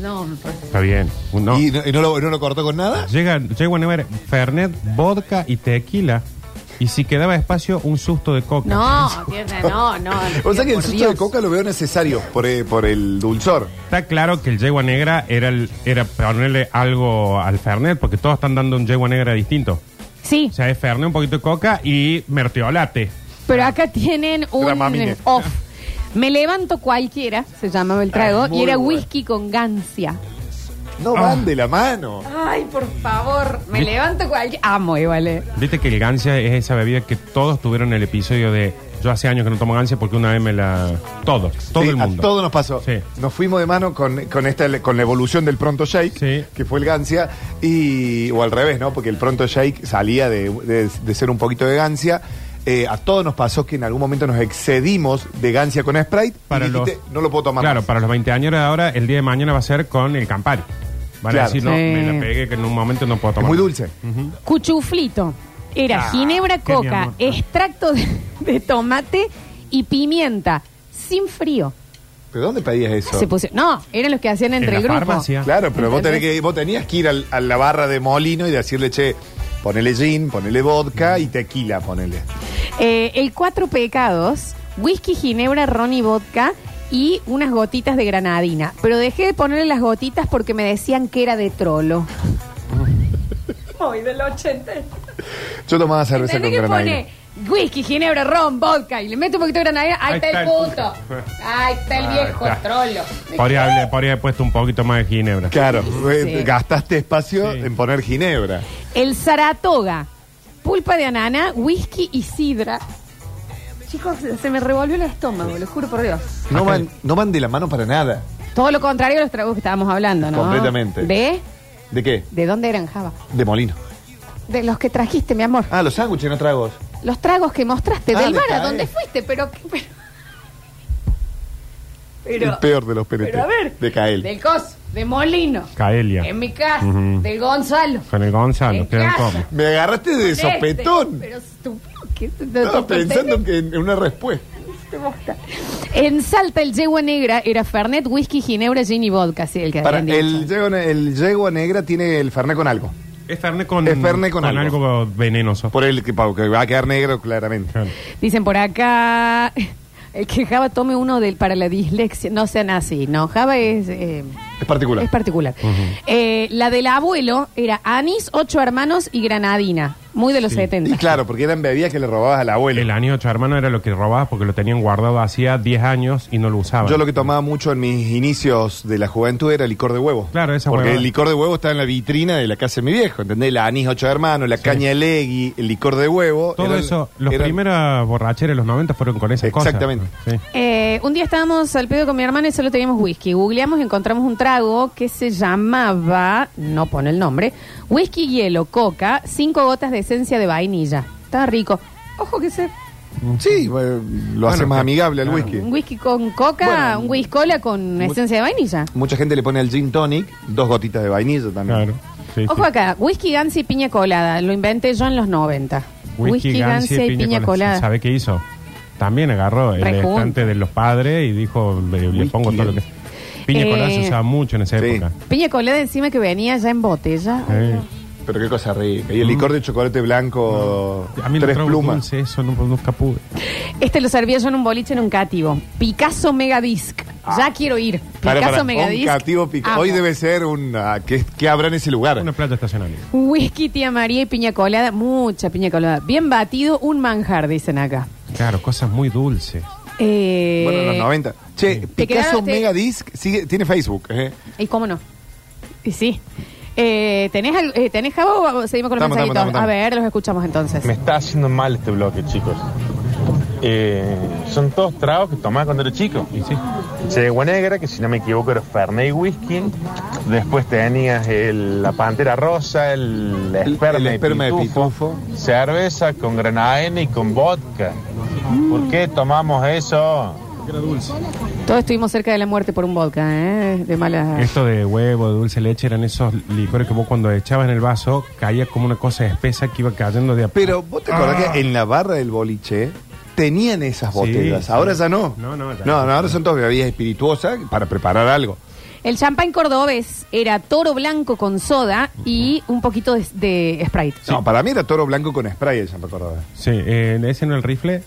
Speaker 1: No,
Speaker 3: Está bien. Uno,
Speaker 2: ¿Y, no, y no lo, no lo cortó con nada?
Speaker 3: Llega, llega a nevar Fernet, vodka y tequila. Y si quedaba espacio, un susto de coca.
Speaker 1: no, tierna, no, no.
Speaker 2: *laughs* O sea que el
Speaker 1: por
Speaker 2: susto
Speaker 1: Dios.
Speaker 2: de coca lo veo necesario por, eh, por el dulzor.
Speaker 3: Está claro que el yegua negra era, el, era ponerle algo al Fernet, porque todos están dando un yegua negra distinto.
Speaker 1: Sí,
Speaker 3: O sea, es Fernet, un poquito de coca y mertiolate.
Speaker 1: pero acá tienen un
Speaker 2: Dramamine.
Speaker 1: off. Me levanto cualquiera, se llamaba el trago,
Speaker 2: Ah, muy
Speaker 1: y era
Speaker 2: bueno.
Speaker 1: whisky con gancia.
Speaker 2: No
Speaker 3: Ah.
Speaker 2: van de la mano.
Speaker 1: Ay, por favor, me levanto cualquiera. Amo, eh. vale.
Speaker 3: Viste que el gancia es esa bebida que todos tuvieron el episodio de yo hace años que no tomo gancia porque una vez me la... Todos, todo
Speaker 2: Sí,
Speaker 3: el mundo.
Speaker 2: A todos nos pasó.
Speaker 3: Sí.
Speaker 2: Nos fuimos de mano con, con esta con la evolución del pronto shake,
Speaker 3: Sí.
Speaker 2: que fue el Gancia, y, o al revés, ¿no? Porque el pronto shake salía de, de- de ser un poquito de Gancia. Eh, a todos nos pasó que en algún momento nos excedimos de Gancia con Sprite
Speaker 3: Para
Speaker 2: y dijiste,
Speaker 3: los-
Speaker 2: no lo puedo tomar.
Speaker 3: Claro,
Speaker 2: más".
Speaker 3: para los 20 años de ahora, el día de mañana va a ser con el Campari. Van a
Speaker 2: Claro.
Speaker 3: decir, no,
Speaker 1: Sí.
Speaker 3: me la pegué que en un momento no puedo
Speaker 2: Es
Speaker 3: tomar.
Speaker 2: muy dulce.
Speaker 1: Cuchuflito. Era
Speaker 3: Ah,
Speaker 1: ginebra,
Speaker 3: qué mi
Speaker 1: coca,
Speaker 3: amor.
Speaker 1: extracto de, de tomate y pimienta. Sin frío.
Speaker 2: ¿Pero dónde pedías eso?
Speaker 1: Se puso- no, eran los que hacían entre
Speaker 3: la
Speaker 1: el grupo.
Speaker 3: farmacia.
Speaker 2: Claro, pero vos, tenés que, vos tenías que ir al- a la barra de Molino y decirle, che, ponele gin, ponele vodka y tequila, ponele.
Speaker 1: Eh, el cuatro pecados, whisky, ginebra, ron y vodka y unas gotitas de granadina. Pero dejé de ponerle las gotitas porque me decían que era de trolo. Hoy del 80.
Speaker 2: Yo tomaba cerveza con
Speaker 1: Tenés que
Speaker 2: granadina.
Speaker 1: poner whisky, ginebra, ron, vodka y le meto un poquito de granadina. Ahí, está, el puto. Ahí está el viejo
Speaker 3: Ah, está.
Speaker 1: trolo.
Speaker 3: Podría haberle- podría haber puesto un poquito más de ginebra.
Speaker 2: Claro, eh,
Speaker 1: Sí.
Speaker 2: gastaste espacio
Speaker 3: Sí.
Speaker 2: en poner Ginebra.
Speaker 1: El Saratoga, pulpa de anana, whisky y sidra. Chicos, se me revolvió el estómago, lo juro por Dios.
Speaker 2: No
Speaker 3: Acá-
Speaker 2: van, no van de la mano para nada.
Speaker 1: Todo lo contrario a los tragos que estábamos hablando, ¿no?
Speaker 2: Completamente.
Speaker 1: ¿De?
Speaker 2: ¿De qué?
Speaker 1: ¿De dónde eran, Java?
Speaker 2: De Molino.
Speaker 1: De los que trajiste, mi amor.
Speaker 2: Ah, los sándwiches, no tragos.
Speaker 1: Los tragos que mostraste,
Speaker 2: Ah,
Speaker 1: del
Speaker 2: de
Speaker 1: bar a
Speaker 2: Jaén.
Speaker 1: donde fuiste, pero... pero-
Speaker 2: El peor de los PNT.
Speaker 1: Pero a ver.
Speaker 2: De Cael.
Speaker 1: Del Cos, de Molino.
Speaker 3: Caelia.
Speaker 1: En mi casa,
Speaker 3: Ujú.
Speaker 1: del Gonzalo.
Speaker 3: Con el Gonzalo,
Speaker 1: En
Speaker 3: quedan
Speaker 1: casa.
Speaker 3: como.
Speaker 2: Me agarraste de
Speaker 1: Este,
Speaker 2: sopetón.
Speaker 1: Pero estúpido, ¿qué?
Speaker 2: Estaba pensando que en en una respuesta.
Speaker 1: En Salta, el yegua negra era Fernet, whisky, ginebra, gin y vodka. Sí, el que
Speaker 2: Para,
Speaker 1: habían
Speaker 2: el,
Speaker 1: dicho.
Speaker 2: yegua, ne- el yegua negra tiene el fernet con algo.
Speaker 3: Es Fernet con,
Speaker 2: Es Fernet con algo.
Speaker 3: venenoso.
Speaker 2: Por el que, pa- que va a quedar negro, claramente.
Speaker 3: Claro.
Speaker 1: Dicen por acá... *laughs* El que Java tome uno del, para la dislexia. No sean así, no. Java es... eh,
Speaker 2: Es particular.
Speaker 1: Es particular. Eh, la del abuelo era anís, ocho hermanos y granadina. Muy de los
Speaker 2: y
Speaker 1: 70.
Speaker 2: claro, porque eran bebidas que le robabas al abuelo.
Speaker 3: El año ocho hermano era lo que robabas porque lo tenían guardado hacía 10 años y no lo usaban.
Speaker 2: Yo lo que tomaba mucho en mis inicios de la juventud era licor de huevo.
Speaker 3: Claro, esa
Speaker 2: Porque
Speaker 3: huevada.
Speaker 2: el licor de huevo estaba en la vitrina de la casa de mi viejo, ¿entendés? La anís ocho hermanos, la caña elegui, el licor de huevo.
Speaker 3: Todo
Speaker 2: era-
Speaker 3: eso, los
Speaker 2: era-
Speaker 3: primeros borracheros de los 90 fueron con esas
Speaker 2: Exactamente.
Speaker 3: cosas. Exactamente.
Speaker 1: Eh, un día estábamos al pedo con mi hermana y solo teníamos whisky. Googleamos y encontramos un trago que se llamaba, no pone el nombre, whisky, hielo, coca, cinco gotas de esencia de vainilla. Estaba rico. Ojo que se...
Speaker 2: Sí, bueno, lo hace
Speaker 3: Bueno,
Speaker 2: más amigable al
Speaker 3: claro.
Speaker 2: whisky.
Speaker 1: Un whisky con coca,
Speaker 2: Bueno,
Speaker 1: un whisky cola con esencia de vainilla.
Speaker 2: Mucha gente le pone al gin tonic dos gotitas de vainilla también.
Speaker 3: Claro. sí,
Speaker 1: Ojo
Speaker 3: sí.
Speaker 1: acá, whisky, gansi y piña colada. Lo inventé yo en los 90. Whisky, gansi y piña colada.
Speaker 3: ¿Sabe qué hizo? También agarró el
Speaker 1: Rejunto.
Speaker 3: estante de los padres y dijo, le, le
Speaker 2: Whisky
Speaker 3: pongo todo lo que... Piña
Speaker 1: Eh,
Speaker 3: colada se usaba mucho en esa
Speaker 2: Sí.
Speaker 3: época.
Speaker 1: Piña colada encima que venía ya en botella.
Speaker 3: Eh,
Speaker 2: Pero qué cosa rica. Y el licor de chocolate blanco,
Speaker 3: A mí
Speaker 2: tres
Speaker 3: Mm. no
Speaker 2: plumas.
Speaker 3: dulce, eso no, nunca pude.
Speaker 1: Este lo servía yo en un boliche en un cativo. Picasso Megadisc. Ya quiero ir.
Speaker 2: Para, para,
Speaker 1: Picasso
Speaker 2: Ah. un
Speaker 1: Megadisc.
Speaker 2: cativo pica-
Speaker 1: Amo.
Speaker 2: Hoy debe ser una. ¿Qué, qué habrá en ese lugar?
Speaker 3: Una playa estacionaria.
Speaker 1: Whisky, tía María y piña colada. Mucha piña colada. Bien batido, un manjar, dicen acá.
Speaker 3: Claro, cosas muy dulces.
Speaker 1: Eh,
Speaker 2: Bueno, en los 90. Che, Picasso
Speaker 1: quedaron- te-
Speaker 2: Megadisc sigue, tiene Facebook. ¿eh?
Speaker 1: ¿Y cómo no? Y sí. Eh, ¿Tenés, al- eh, ¿Tenés Javo o seguimos con los
Speaker 2: Estamos,
Speaker 1: mensajitos?
Speaker 2: estamos, estamos,
Speaker 1: A ver, los escuchamos entonces.
Speaker 4: Me está haciendo mal este bloque, chicos. Eh, son todos tragos que tomaba cuando era chico.
Speaker 3: Y sí.
Speaker 4: Yegua negra, que si no me equivoco era Fernet y whisky. Después tenías el- la pantera rosa, el
Speaker 2: el
Speaker 4: esperma, de
Speaker 2: esperma de
Speaker 4: pitufo, Cerveza con granadina y con vodka. ¿Por qué tomamos eso?
Speaker 1: Todos estuvimos cerca de la muerte por un vodka, ¿eh? De mala...
Speaker 3: Esto de huevo, de dulce leche, eran esos licores que vos cuando echabas en el vaso caía como una cosa espesa que iba cayendo de a
Speaker 2: Pero vos te acordás que en la barra del boliche tenían esas
Speaker 3: Ah. Sí,
Speaker 2: botellas.
Speaker 3: sí.
Speaker 2: Ahora ya no.
Speaker 3: No, no, ya
Speaker 2: no,
Speaker 3: no.
Speaker 2: no, ahora son todas bebidas espirituosas para preparar algo.
Speaker 1: El champán cordobés era toro blanco con soda y un poquito de, de Sprite.
Speaker 2: No, para mí era toro blanco con spray el champán Córdoba.
Speaker 3: Sí, eh, ese no el rifle.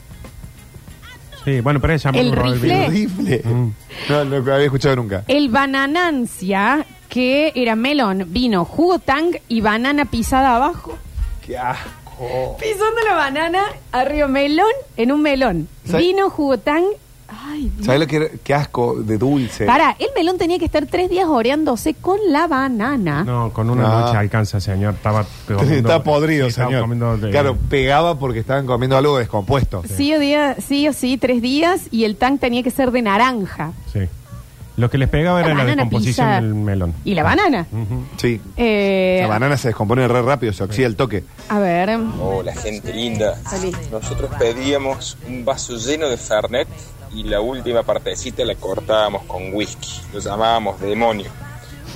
Speaker 3: Sí, bueno, pero ella
Speaker 1: ¿El rifle?
Speaker 2: Horrible.
Speaker 3: Mm.
Speaker 2: No, no lo había escuchado nunca.
Speaker 1: El bananancia, que era melón, vino, jugo tang y banana pisada abajo.
Speaker 2: Qué asco.
Speaker 1: Pisando la banana, arriba melón, en un melón.
Speaker 2: ¿Sabe-
Speaker 1: Vino, jugo tang. Ay, Dios.
Speaker 2: ¿Sabes lo que era? Qué asco de dulce.
Speaker 1: Pará, el melón tenía que estar tres días oreándose con la banana.
Speaker 3: No, con una
Speaker 2: Ah.
Speaker 3: noche alcanza, señor. Estaba comiendo-
Speaker 2: *laughs* Está podrido,
Speaker 3: sí, estaba
Speaker 2: señor.
Speaker 3: comiendo de-
Speaker 2: Claro, pegaba porque estaban comiendo algo descompuesto.
Speaker 1: Sí o, día, sí o sí, tres días y el tang tenía que ser de naranja.
Speaker 3: Sí. Lo que les pegaba era la
Speaker 1: banana
Speaker 3: descomposición
Speaker 1: pisada.
Speaker 3: del melón.
Speaker 1: Y la banana.
Speaker 3: Ujú.
Speaker 2: Sí.
Speaker 1: Eh,
Speaker 2: La banana se descompone re rápido, se oxida el toque.
Speaker 1: A ver.
Speaker 5: Hola Oh, gente linda.
Speaker 1: Salí.
Speaker 5: Nosotros pedíamos un vaso lleno de Fernet y la última partecita la cortábamos con whisky. Lo llamábamos demonio.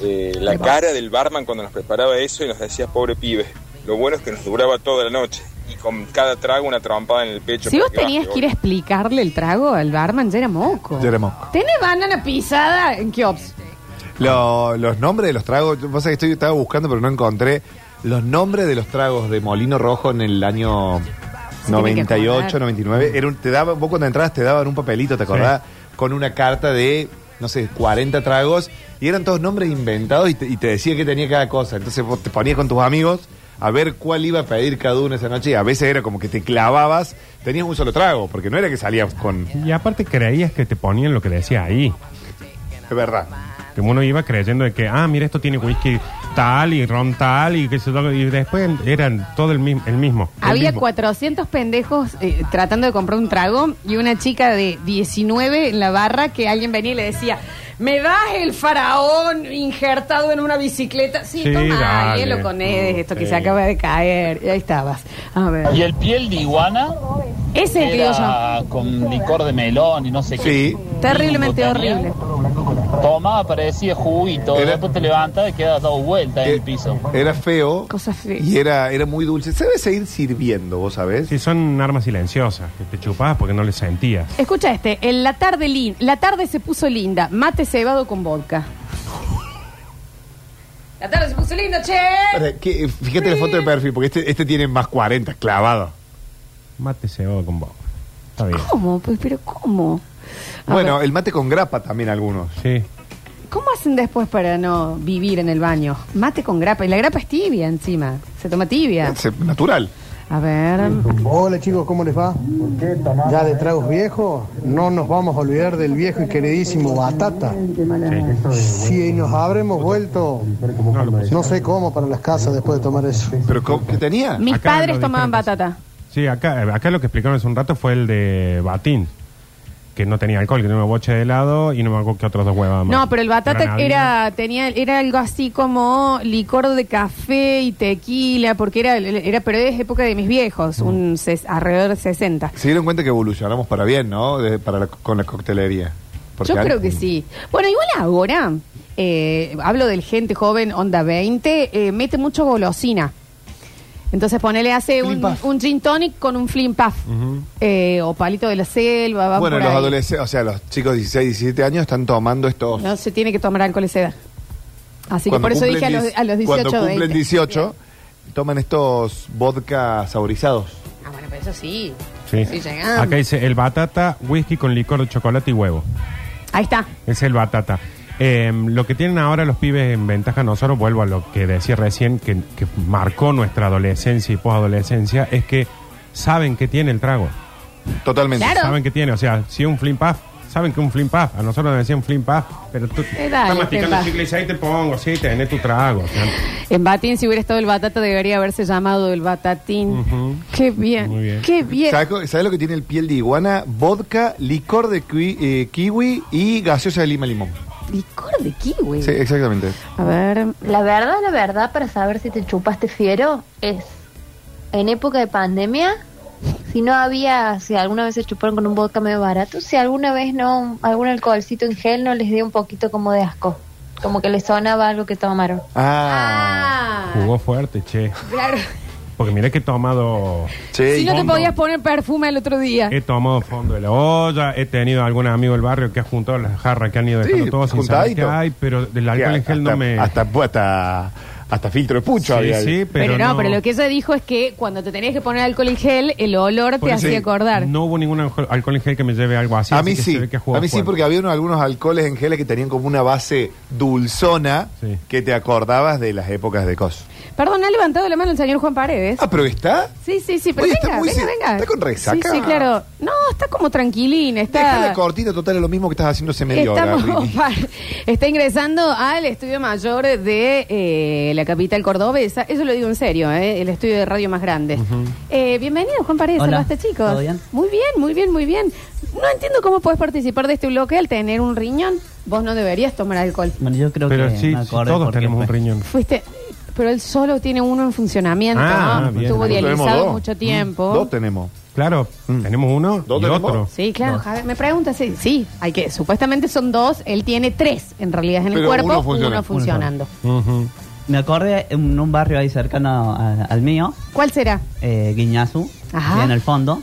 Speaker 5: Eh, la cara del barman cuando nos preparaba eso y nos decía pobre pibe. Lo bueno es que nos duraba toda la noche y con cada trago una trompada en el pecho.
Speaker 1: Si
Speaker 5: para
Speaker 1: vos tenías
Speaker 5: baje,
Speaker 1: que ir a explicarle el trago al barman, ya era moco.
Speaker 2: Ya era moco.
Speaker 1: ¿Tenés banana pisada en Kiops?
Speaker 2: Lo- los nombres de los tragos, yo- vos sabés que estoy, estaba buscando pero no encontré los nombres de los tragos de Molino Rojo en el año
Speaker 1: tiene que
Speaker 2: 98,
Speaker 1: acordar.
Speaker 2: 99. Era un- te daba, vos cuando entrabas te daban un papelito, ¿te acordás? Con una carta de, no sé, 40 tragos y eran todos nombres inventados y te, y te decía que tenía cada cosa. Entonces vos te ponías con tus amigos a ver cuál iba a pedir cada uno esa noche y a veces era como que te clavabas, tenías un solo trago, porque no era que salías con...
Speaker 3: Y aparte creías que te ponían lo que decía ahí.
Speaker 2: Es verdad.
Speaker 3: Que uno iba creyendo de que, ah, mira, esto tiene whisky tal y ron tal y que se y después eran todo el, mi- el mismo. el
Speaker 1: Había
Speaker 3: mismo.
Speaker 1: 400 pendejos eh, tratando de comprar un trago y una chica de 19 en la barra que alguien venía y le decía, ¿me das el faraón injertado en una bicicleta? Sí,
Speaker 3: Sí,
Speaker 1: toma,
Speaker 3: dale. Mm,
Speaker 1: hielo con él, esto que
Speaker 3: Sí.
Speaker 1: se acaba de caer. Y ahí estabas. A
Speaker 6: Y
Speaker 1: ver.
Speaker 6: el piel de iguana
Speaker 1: Ese es el que digo yo.
Speaker 6: era con licor de melón y no sé qué.
Speaker 2: Sí.
Speaker 1: Terriblemente
Speaker 6: Tenía,
Speaker 1: horrible.
Speaker 6: Tomaba, parecía juguito.
Speaker 2: Era-
Speaker 6: Después te levantas y quedas dos vueltas en
Speaker 2: Eh,
Speaker 6: el piso.
Speaker 2: Era feo.
Speaker 1: Cosa fea.
Speaker 2: Y era, era muy dulce. Se debe seguir sirviendo, vos sabés.
Speaker 3: Sí, son armas silenciosas que te chupabas porque no le sentías.
Speaker 1: Escucha este, en la tarde lin- la tarde se puso linda, mate cebado con vodka. La tarde se puso linda, che.
Speaker 2: Ahora, que- eh, Fíjate la foto de perfil, porque este, este tiene más 40 clavado.
Speaker 3: Mate cebado con vos. Está bien.
Speaker 1: ¿Cómo? Pues, pero ¿cómo? A
Speaker 2: Bueno,
Speaker 1: ver,
Speaker 2: el mate con grapa también algunos.
Speaker 3: Sí.
Speaker 1: ¿cómo hacen después para no vivir en el baño? Mate con grapa y la grapa es tibia encima, se toma tibia.
Speaker 2: Es, eh, Natural.
Speaker 1: A ver,
Speaker 7: Hola chicos, ¿cómo les va? Ya de tragos viejos, no nos vamos a olvidar del viejo y queridísimo Batata. Si nos habremos vuelto, no sé cómo para las casas después de tomar eso.
Speaker 2: ¿Pero ¿cómo- qué tenía?
Speaker 1: mis
Speaker 3: Acá
Speaker 1: padres
Speaker 3: lo
Speaker 1: tomaban
Speaker 3: dijeron que
Speaker 1: batata.
Speaker 3: Sí, acá, eh, acá lo que explicaron hace un rato fue el de Batín, que no tenía alcohol, que tenía una bocha de helado y no me acuerdo que otros dos huevas más.
Speaker 1: No, pero el batata
Speaker 3: Granadina.
Speaker 1: era tenía era algo así como licor de café y tequila, porque era era pero es época de mis viejos,
Speaker 3: Mm.
Speaker 1: un ses- alrededor de 60.
Speaker 2: Se dieron cuenta que evolucionamos para bien, ¿no? De- para la- con la coctelería. Porque
Speaker 1: Yo creo que
Speaker 2: antes-
Speaker 1: sí. Bueno, igual ahora eh, hablo del gente joven, onda 20, eh, mete mucho golosina. Entonces ponele, hace
Speaker 2: Flim
Speaker 1: un,
Speaker 2: puff.
Speaker 1: un gin tonic con un flim puff. Eh, o palito de la selva, va
Speaker 2: Bueno,
Speaker 1: por
Speaker 2: los
Speaker 1: ahí.
Speaker 2: adolescentes, o sea, los chicos de 16, 17 años están tomando estos.
Speaker 1: No se tiene que tomar alcohol a esa edad. Así que
Speaker 2: Cuando
Speaker 1: por eso
Speaker 2: cumplen
Speaker 1: dije a los,
Speaker 2: diez-
Speaker 1: a los 18
Speaker 2: Cuando cumplen
Speaker 1: 20.
Speaker 2: 18, toman estos vodka saborizados.
Speaker 1: Ah, bueno, pero eso sí.
Speaker 3: Sí.
Speaker 1: Sí, llegamos.
Speaker 3: Acá dice el batata, whisky con licor de chocolate y huevo.
Speaker 1: Ahí está.
Speaker 3: Es el batata. Eh, lo que tienen ahora los pibes en ventaja, nosotros vuelvo a lo que decía recién, que, que marcó nuestra adolescencia y posadolescencia, es que saben que tiene el trago.
Speaker 2: Totalmente.
Speaker 1: Claro.
Speaker 3: Saben que tiene, o sea, si un flim puff, saben que un flim puff, a nosotros nos decían flim puff, pero tú
Speaker 1: Eh, dale,
Speaker 3: estás
Speaker 1: flim
Speaker 3: masticando
Speaker 1: puff.
Speaker 3: chicle y dice, ahí te pongo, sí, tenés tu trago. o sea,
Speaker 1: En Batín, si hubiera estado el batata, debería haberse llamado el batatín.
Speaker 3: Ujú.
Speaker 1: Qué bien.
Speaker 3: Muy bien.
Speaker 1: Qué bien.
Speaker 2: ¿Sabes, co- sabes lo que tiene el piel de iguana? Vodka, licor de qui- eh, kiwi y gaseosa de lima limón.
Speaker 1: Licor de kiwi.
Speaker 2: Sí, exactamente.
Speaker 1: A ver.
Speaker 8: La verdad, la verdad, para saber si te chupaste fiero es en época de pandemia. Si no había, si alguna vez se chuparon con un vodka medio barato, si alguna vez no, algún alcoholcito en gel no les dio un poquito como de asco, como que les sonaba algo que tomaron.
Speaker 2: Ah.
Speaker 3: Jugó fuerte, che.
Speaker 1: Claro.
Speaker 3: Porque mirá que he tomado,
Speaker 2: Che,
Speaker 1: si no te
Speaker 3: fondo.
Speaker 1: podías poner perfume el otro día.
Speaker 3: he tomado fondo de la olla, he tenido algún amigo del barrio que ha juntado las jarras que han ido
Speaker 2: Sí,
Speaker 3: dejando todos sin saber qué
Speaker 2: juntadito.
Speaker 3: hay, pero del
Speaker 2: que
Speaker 3: alcohol en
Speaker 2: hasta-
Speaker 3: gel no me...
Speaker 2: Hasta, hasta, hasta filtro de pucho
Speaker 3: sí,
Speaker 2: había ahí.
Speaker 3: sí,
Speaker 1: pero,
Speaker 3: pero,
Speaker 1: no, pero lo que ella dijo es que cuando te tenías que poner alcohol en gel, el olor
Speaker 3: Por
Speaker 1: te
Speaker 3: eso
Speaker 1: hacía acordar.
Speaker 3: No hubo ningún alcohol alcohol en gel que me lleve algo así.
Speaker 2: a
Speaker 3: así
Speaker 2: mí
Speaker 3: que
Speaker 2: sí,
Speaker 3: se ve que ha jugado
Speaker 2: a mí sí,
Speaker 3: fuerte.
Speaker 2: porque había unos, algunos alcoholes en gel que tenían como una base dulzona
Speaker 3: Sí.
Speaker 2: que te acordabas de las épocas de cos.
Speaker 1: Perdón, ha levantado la mano el señor Juan Paredes.
Speaker 2: Ah, pero está.
Speaker 1: Sí, sí, sí, pero
Speaker 2: Oye,
Speaker 1: venga,
Speaker 2: está muy
Speaker 1: venga,
Speaker 2: se-
Speaker 1: venga.
Speaker 2: está con resaca.
Speaker 1: Sí, sí, claro. No, está como tranquilín,
Speaker 2: Deja
Speaker 1: está...
Speaker 2: la cortina, total, es lo mismo que estás haciendo hace media hora.
Speaker 1: *laughs* Estamos
Speaker 2: Rini.
Speaker 1: par- está ingresando al estudio mayor de eh, la capital cordobesa. Eso lo digo en serio, ¿eh? el estudio de radio más grande. Eh, bienvenido, Juan Paredes.
Speaker 9: Hola,
Speaker 1: ¿Salvaste, chicos?
Speaker 9: ¿todo bien?
Speaker 1: Muy bien, muy bien, muy bien. No entiendo cómo puedes participar de este bloque al tener un riñón. Vos no deberías tomar alcohol.
Speaker 9: Bueno, yo creo
Speaker 3: Pero
Speaker 9: que
Speaker 3: sí,
Speaker 9: me
Speaker 3: sí,
Speaker 9: acordé
Speaker 3: todos
Speaker 9: porque
Speaker 3: tenemos un
Speaker 9: fue-
Speaker 3: riñón.
Speaker 1: Fuiste... Pero él solo tiene uno en funcionamiento.
Speaker 3: Ah,
Speaker 1: ¿no?
Speaker 3: bien.
Speaker 1: Estuvo
Speaker 3: Nosotros
Speaker 2: tenemos
Speaker 1: dializado
Speaker 2: dos. Mm,
Speaker 1: mucho tiempo.
Speaker 2: Dos tenemos.
Speaker 3: Claro,
Speaker 2: Mm.
Speaker 3: tenemos uno
Speaker 2: Dos
Speaker 3: y
Speaker 2: tenemos.
Speaker 3: otro.
Speaker 1: Sí, claro.
Speaker 9: Dos.
Speaker 1: Javier, me pregunta, sí, sí, hay que, supuestamente son dos, él tiene tres, en realidad es en el
Speaker 2: Pero
Speaker 1: cuerpo,
Speaker 2: uno
Speaker 1: uno,
Speaker 2: funciona.
Speaker 1: funcionando.
Speaker 3: Ujú.
Speaker 9: Me acordé en un barrio ahí cercano a- al mío,
Speaker 1: ¿Cuál será?
Speaker 9: eh, Guiñazú,
Speaker 1: Ajá.
Speaker 9: ahí en el fondo.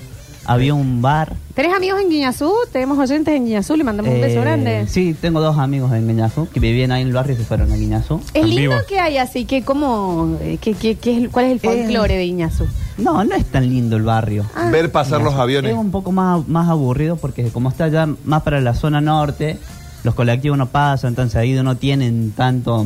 Speaker 9: Había un bar.
Speaker 1: ¿Tenés amigos en Guiñazú? ¿Tenemos oyentes en Guiñazú? Le mandamos un beso
Speaker 9: eh,
Speaker 1: grande.
Speaker 9: Sí, tengo dos amigos en Guiñazú que vivían ahí en el barrio y se fueron a Guiñazú.
Speaker 1: Es
Speaker 3: Están
Speaker 1: lindo
Speaker 3: vivos.
Speaker 1: que hay así, que como, eh, que, que- que es- ¿cuál es el folclore de Guiñazú?
Speaker 9: No, no es tan lindo el barrio.
Speaker 1: Ah.
Speaker 2: Ver pasar los aviones.
Speaker 9: Es un poco más, más aburrido porque como está ya más para la zona norte, los colectivos no pasan, entonces ahí no tienen tanto...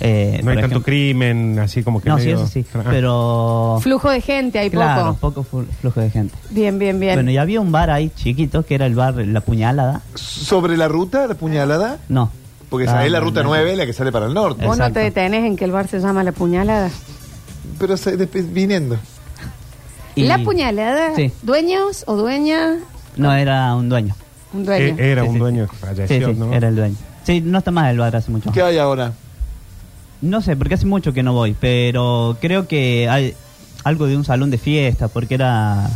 Speaker 9: eh,
Speaker 3: No hay
Speaker 9: por
Speaker 3: tanto
Speaker 9: ejemplo-
Speaker 3: crimen, así como que.
Speaker 9: No, sí,
Speaker 3: medio-
Speaker 9: eso sí.
Speaker 3: Ah.
Speaker 9: Pero...
Speaker 1: Flujo de gente, hay
Speaker 9: Oh. claro,
Speaker 1: poco.
Speaker 9: poco flu- flujo de gente.
Speaker 1: Bien, bien, bien.
Speaker 9: Bueno, y había un bar ahí chiquito que era el bar La Puñalada.
Speaker 2: ¿Sobre la ruta, la puñalada?
Speaker 9: No.
Speaker 2: Porque
Speaker 9: Ah,
Speaker 2: esa es la ruta
Speaker 9: no, no.
Speaker 2: 9, la que sale para el norte.
Speaker 1: Vos no te
Speaker 9: exacto.
Speaker 1: detenés en que el bar se llama La Puñalada.
Speaker 2: Pero se, después viniendo.
Speaker 9: Y-
Speaker 1: ¿La Puñalada?
Speaker 9: Sí.
Speaker 1: ¿Dueños o dueña?
Speaker 9: No, era un dueño.
Speaker 1: Un
Speaker 3: Eh,
Speaker 1: dueño.
Speaker 3: era
Speaker 9: Sí,
Speaker 3: un
Speaker 9: sí,
Speaker 3: dueño que
Speaker 9: Sí,
Speaker 3: falleció,
Speaker 9: sí,
Speaker 3: ¿no?
Speaker 9: era el dueño. Sí, no está más el bar hace mucho.
Speaker 2: ¿Qué hay ahora?
Speaker 9: No sé, porque hace mucho que no voy, pero creo que hay algo de un salón de fiesta, porque era